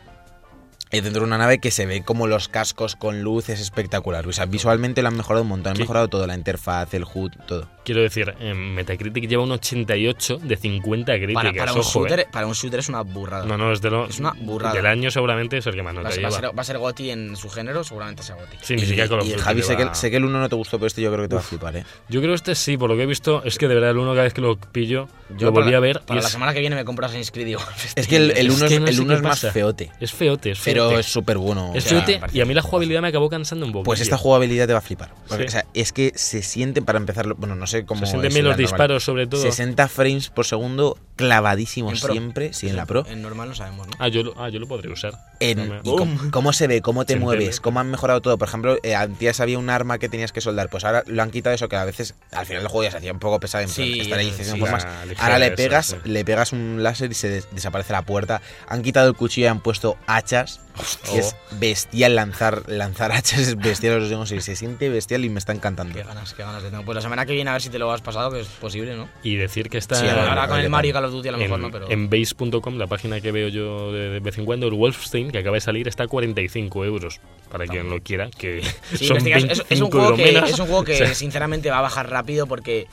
eh, dentro de una nave que se ve como los cascos con luz, es espectacular. O sea, visualmente lo han mejorado un montón, han
Sí.
mejorado todo, la interfaz, el HUD, todo.
Quiero decir, eh, Metacritic lleva un 88 de 50 críticas.
Para, para un
ojo, eh.
shooter, para un shooter es una burrada.
No, no, es de lo-
Es una burrada.
Del año seguramente es el que más
va,
nota
a ser- va a
lleva.
ser, va a ser Goti en su género, seguramente sea Goti.
Sí, ni
y,
siquiera Call of
y,
Duty
Javi, sé
lleva-
que, sé que el 1 no te gustó, pero este yo creo que te va a flipar, ¿eh?
Yo creo este sí, por lo que he visto, es que de verdad el uno cada vez que lo pillo,
Yo
lo volví
para-
a ver y
Para la
es,
semana que viene me compras Assassin's Creed. digo,
Es que el, el
Es
uno es,
que no
el
sé
uno
qué
es más
pasa.
feote,
es feote, es feote.
pero es súper bueno.
Es
o sea,
feote y a mí la jugabilidad me acabó cansando un poco.
Pues esta jugabilidad te va a flipar. Porque,
Sí.
o sea, es que se sienten, para empezar, lo- bueno, no sé cómo.
Se sienten
es
bien
la
los
normal.
disparos, sobre todo.
60 frames por segundo,
En
clavadísimos
pro.
siempre, sí, en la pro.
En normal no sabemos, ¿no?
Ah, yo, lo- ah, yo lo podré usar.
En-
No me-
y cómo, cómo se ve, cómo te
Se
mueves,
entiende.
cómo han mejorado todo. Por ejemplo, eh, antes había un arma que tenías que soldar, pues ahora lo han quitado eso que a veces al final el juego ya se hacía un poco pesado. En plan,
Sí,
estar ahí
eh,
haciendo
sí,
formas.
la ligera
Ahora le
esa,
pegas,
sí.
le pegas un láser y se des- desaparece la puerta. Han quitado el cuchillo y han puesto hachas.
Hostia.
Es bestial lanzar, lanzar hachas, es bestial, os digo, sí, se siente bestial y me está encantando.
Qué ganas, qué ganas de tengo. Pues la semana que viene a ver si te lo has pasado, que es posible, ¿no?
Y decir que está
Sí,
ahora
ahora
con el
que
Mario y
tal.
Call of Duty a lo
en,
mejor no, pero...
en base.com, la página que veo yo de, de vez en cuando, el Wolfstein, que acaba de salir, está a 45 euros. Para quien lo quiera, que
Sí,
son
investigas- es,
25
es un juego
euros
que,
menos.
es un juego que
O sea,
sinceramente va a bajar rápido porque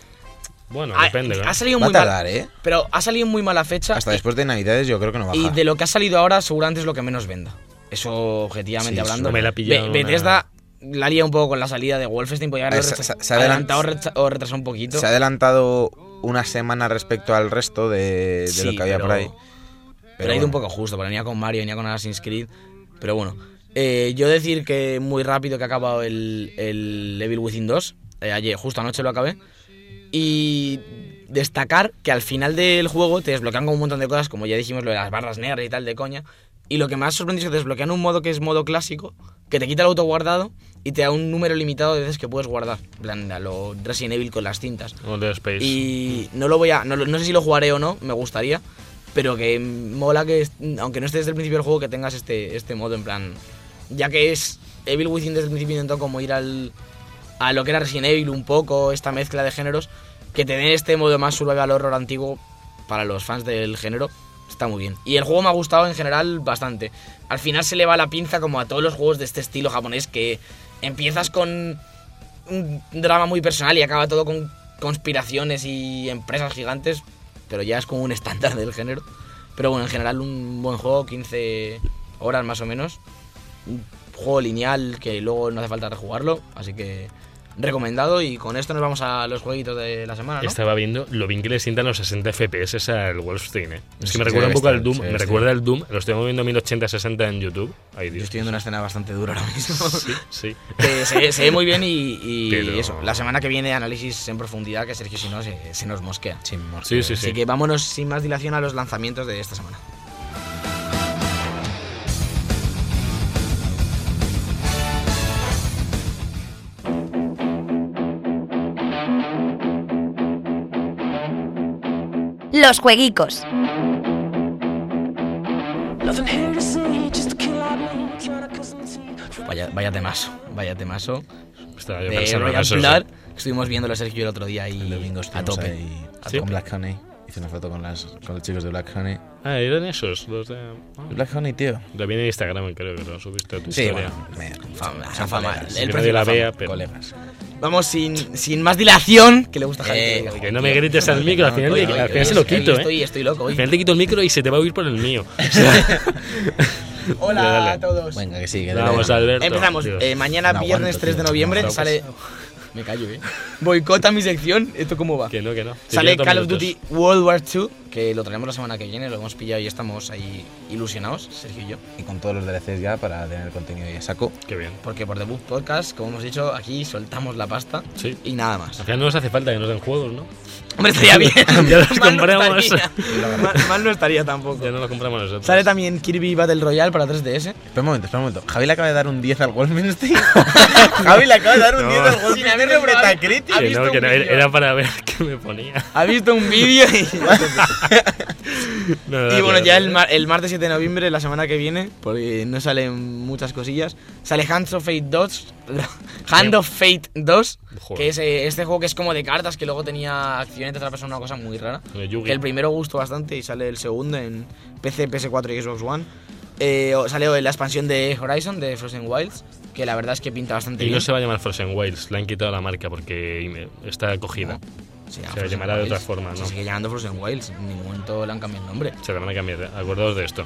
bueno,
ha,
depende. ¿no?
ha salido
Va a
muy
tardar,
mal,
¿eh?
pero ha salido en muy mala fecha
Hasta
y-
después de Navidades yo creo que no baja.
y, de lo que ha salido ahora seguramente es lo que menos venda. Eso objetivamente
Sí,
hablando.
eso
me la ha pillado una-
Bethesda la lía un poco con la salida de Wolfenstein, podía haberlo
Ah, se-
retra-
se- se
adelantado o retra- o retrasado un poquito.
Se ha adelantado una semana respecto al resto de, de
Sí,
lo que había
pero-
por ahí.
Pero, ha ido un
bueno.
poco justo, porque venía con Mario, venía con Assassin's Creed. Pero bueno, Eh, yo decir que muy rápido que ha acabado el, el Evil Within 2. eh, ayer, justo anoche lo acabé. Y destacar que al final del juego te desbloquean con un montón de cosas, como ya dijimos, lo de las barras negras y tal, de coña. Y lo que más sorprendente es que te desbloquean un modo que es modo clásico, que te quita el auto guardado y te da un número limitado de veces que puedes guardar. En plan, a lo Resident Evil con las cintas.
O Dead Space.
Y no lo voy a. No, lo- no sé si lo jugaré o no, me gustaría. Pero que mola que, es- aunque no estés desde el principio del juego, que tengas este, este modo en plan. Ya que es. Evil Within desde el principio intentó como ir al. A lo que era Resident Evil un poco, esta mezcla de géneros. Que te den este modo más survival horror antiguo para los fans del género. Está muy bien. Y el juego me ha gustado en general bastante. Al final se le va la pinza como a todos los juegos de este estilo japonés que empiezas con un drama muy personal y acaba todo con conspiraciones y empresas gigantes, pero ya es como un estándar del género. Pero bueno, en general un buen juego, 15 horas más o menos. Un juego lineal que luego no hace falta rejugarlo, así que recomendado y con esto nos vamos a los jueguitos de la semana, ¿no?
Estaba viendo lo bien que le sientan los 60 FPS al Wolfenstein. ¿eh? Es que
Sí,
me recuerda un
sí,
poco
está,
al Doom.
sí,
me
sí.
recuerda al Doom. Lo estoy moviendo a 1080-60 en YouTube. Ay,
Yo
Dios.
estoy viendo una escena bastante dura ahora mismo.
Sí, sí.
Que Eh, se, se ve muy bien y, y
Pero-
eso. La semana que viene análisis en profundidad que Sergio si no se, se nos mosquea.
Sin mor-
Sí, sí, sí.
Así que vámonos sin más dilación a los lanzamientos de esta semana.
Los jueguicos.
Vaya, vaya temazo, vaya temazo.
Estaba yo
De
pensando en
Royal
eso, sí.
Blood. Estuvimos viéndolo Sergio y yo el otro día y
El domingo
a
estuvimos
tope.
ahí
¿Sí?
con Black Honey. Hice una foto con, las, con los chicos de Black Honey.
Ah, eran esos. Los de... ah.
Black Honey, tío.
También en Instagram creo que lo subiste a tu
Sí,
historia.
bueno, me-
Fama,
son
fama,
colegas,
el
Que
precio
nadie
de la
la
fama.
vea, pero...
colegas.
Vamos sin, sin más dilación, que le gusta a Javi.
Eh,
que diga-
Que no me grites al micro, al final,
Oye,
te-
oye,
al final
oye,
se lo
oye,
quito,
estoy,
¿eh?
Estoy, estoy loco
Al
hoy.
final te quito el micro y se te va a oír por el mío.
Hola
Dale,
a
dale.
todos.
Venga, que sí, que
Vamos,
dale.
Alberto.
Em, Empezamos.
Dios.
Eh, mañana,
No aguanto,
viernes 3 de
tío,
noviembre,
no
sale. Me callo, eh. Boicota mi sección. ¿Esto cómo va?
Que no, que no. Te
Sale
quedan dos
Call of
minutos.
Duty World War II, que lo traemos la semana que viene, lo hemos pillado y estamos ahí ilusionados, Sergio y yo.
Y con todos los DLCs ya para tener contenido ya saco.
Qué bien.
Porque por The Book Podcast, como hemos dicho, aquí soltamos la pasta
Sí.
y nada
Al
más.
final no nos hace falta que nos den juegos, ¿no?
Hombre, estaría bien.
Ya los
Mal no
compramos.
estaría. mal, mal no estaría tampoco.
Ya no lo compramos nosotros.
Sale también Kirby Battle Royale para 3DS.
Espera un momento, espera un momento. Javi le acaba de dar un 10 al Wolfenstein. Javi le acaba de dar un
No.
10 al este Wolfenstein
haberlo
en
probado.
Metacritic.
¿Ha
Que
visto
no, que
un
no,
vídeo?
era para ver qué me ponía.
Ha visto un vídeo y...
No,
Y
no,
bueno,
no,
ya
no.
el, mar- el martes 7 de noviembre, la semana que viene, porque no salen muchas cosillas, sale Hands of Fate 2. Hand of Fate 2,
Joder.
que es eh, este juego que es como de cartas, que luego tenía acción entre otra persona, una cosa muy rara.
De Yugi.
Que el primero gustó bastante y sale el segundo en PC, PS4 y Xbox One. Eh, o- sale la expansión de Horizon, de Frozen Wilds, que la verdad es que pinta bastante
Y
bien.
no se va a llamar Frozen Wilds, le han quitado la marca porque está cogida.
Se llama
se
Frozen
llamará de
Wilds.
otra forma, ¿no?
Se sigue llamando Frozen Wilds, en ningún momento le han cambiado el nombre.
Se la van a cambiar, ¿eh? acordaos de esto.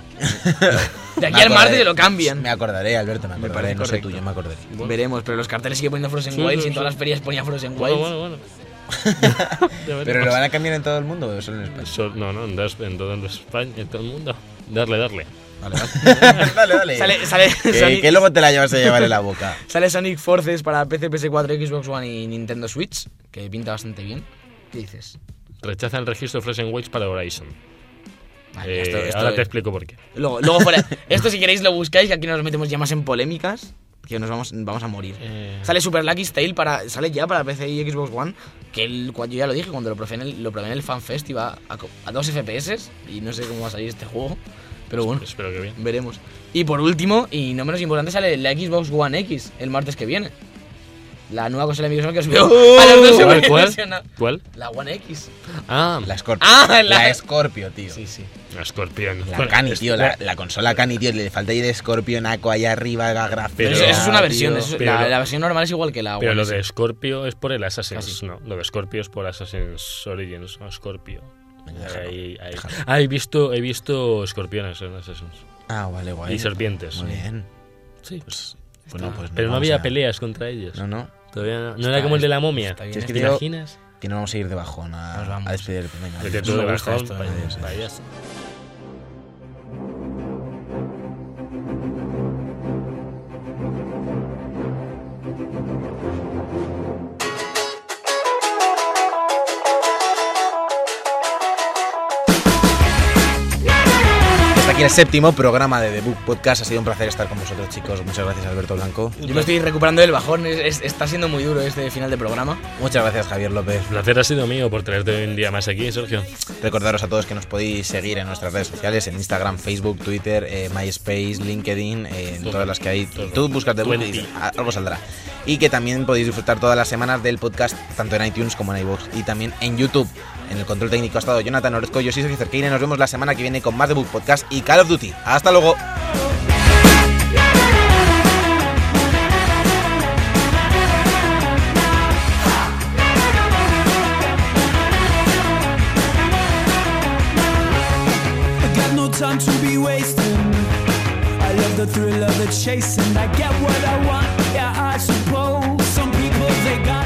De aquí al martes lo cambian.
Me acordaré, Alberto, me acordaré.
parece
no sé
correcto.
tú, yo me acordaré.
Bueno.
Veremos, pero los carteles sigue poniendo Frozen
Sí,
Wilds
sí,
y
sí.
en todas las ferias ponía Frozen
Bueno,
Wilds.
bueno, bueno. Ya veremos.
¿Pero lo van a cambiar en todo el mundo o solo en España?
So- no, no, en, dos- en todo en España, en todo el mundo. Darle, darle.
dale, dale.
Sale, sale,
Que,
Sonic,
que luego te la llevas a llevar en la boca.
sale Sonic Forces para PC, PS4, Xbox One y Nintendo Switch, que pinta bastante bien. ¿Qué dices?
Rechaza el registro Frozen Wilds para Horizon.
Vale,
Eh,
esto- esto-
ahora te explico por qué.
luego, luego fuera. Esto si queréis lo buscáis, que aquí nos metemos ya más en polémicas, que nos vamos, vamos a morir.
Eh,
Sale Super Lucky's Tale para, sale ya para PC y Xbox One, que el cual yo ya lo dije cuando lo probé en el, lo probé en el FanFest, iba a, co- a 2 FPS y no sé cómo va a salir este juego, pero bueno.
Espero que bien.
Veremos. Y por último, y no menos importante, sale la Xbox One X el martes que viene. La nueva consola de Microsoft que subió. a las dos
¡Oh! ¿Cuál,
semanas.
cuál? ¿Cuál?
La One X.
Ah,
La Scorpio.
Ah, la-
la Scorpio, tío.
sí.
la Scorpion.
La
Bueno,
Cani,
es-
tío, la, la consola Cani, tío, le falta ir de Scorpio, Naco allá arriba, la
Pero-
gráfica.
eso, eso es una
tío.
versión. eso es-
pero-
la, la versión normal es igual que la
Pero
One
lo
S.
de Scorpio es por el Assassin's,
Casi.
no. Lo de Scorpio es por Assassin's Origins, no Scorpio.
Venga, déjalo,
Ahí- ahí-
déjalo.
Ah, he visto, he visto escorpiones en Assassin's.
Ah, vale, guay.
Y serpientes.
Muy bien.
Sí, pues.
Bueno, pues
pero no
vamos
había
a-
peleas contra ellos.
No, no.
Todavía no. ¿No
Está-
era como el de la momia.
está bien. ¿eh?
Si es que
¿Te
digo-
imaginas?
Que no vamos a ir de bajón a,
Nos vamos.
a despedir el venga,
Vete
adiós.
tú
me
de
gusta
bajón,
esto,
pa-
adiós, adiós.
payaso.
Hasta aquí el séptimo programa de The Book Podcast. Ha sido un placer estar con vosotros, chicos. Muchas gracias, Alberto Blanco.
Yo me estoy recuperando del bajón. es- es- está siendo muy duro este final de programa.
Muchas gracias, Javier López.
El placer ha sido mío por traerte un día más aquí, Sergio.
Recordaros a todos que nos podéis seguir en nuestras redes sociales, en Instagram, Facebook, Twitter, eh, MySpace, LinkedIn, eh, en
Todo.
todas las que hay.
Todo.
Tú buscas The Book y
Twenty.
a- algo saldrá. Y que también podéis disfrutar todas las semanas del podcast, tanto en iTunes como en iVoox y también en YouTube. En el control técnico ha estado Jonathan Orozco, yo soy Sergio Cerqueira y nos vemos la semana que viene con más The Book Podcast y Call of Duty. ¡Hasta luego!
I got no time to be wasting. I love the thrill of the chase, and I get what I want. Yeah, I suppose some people they got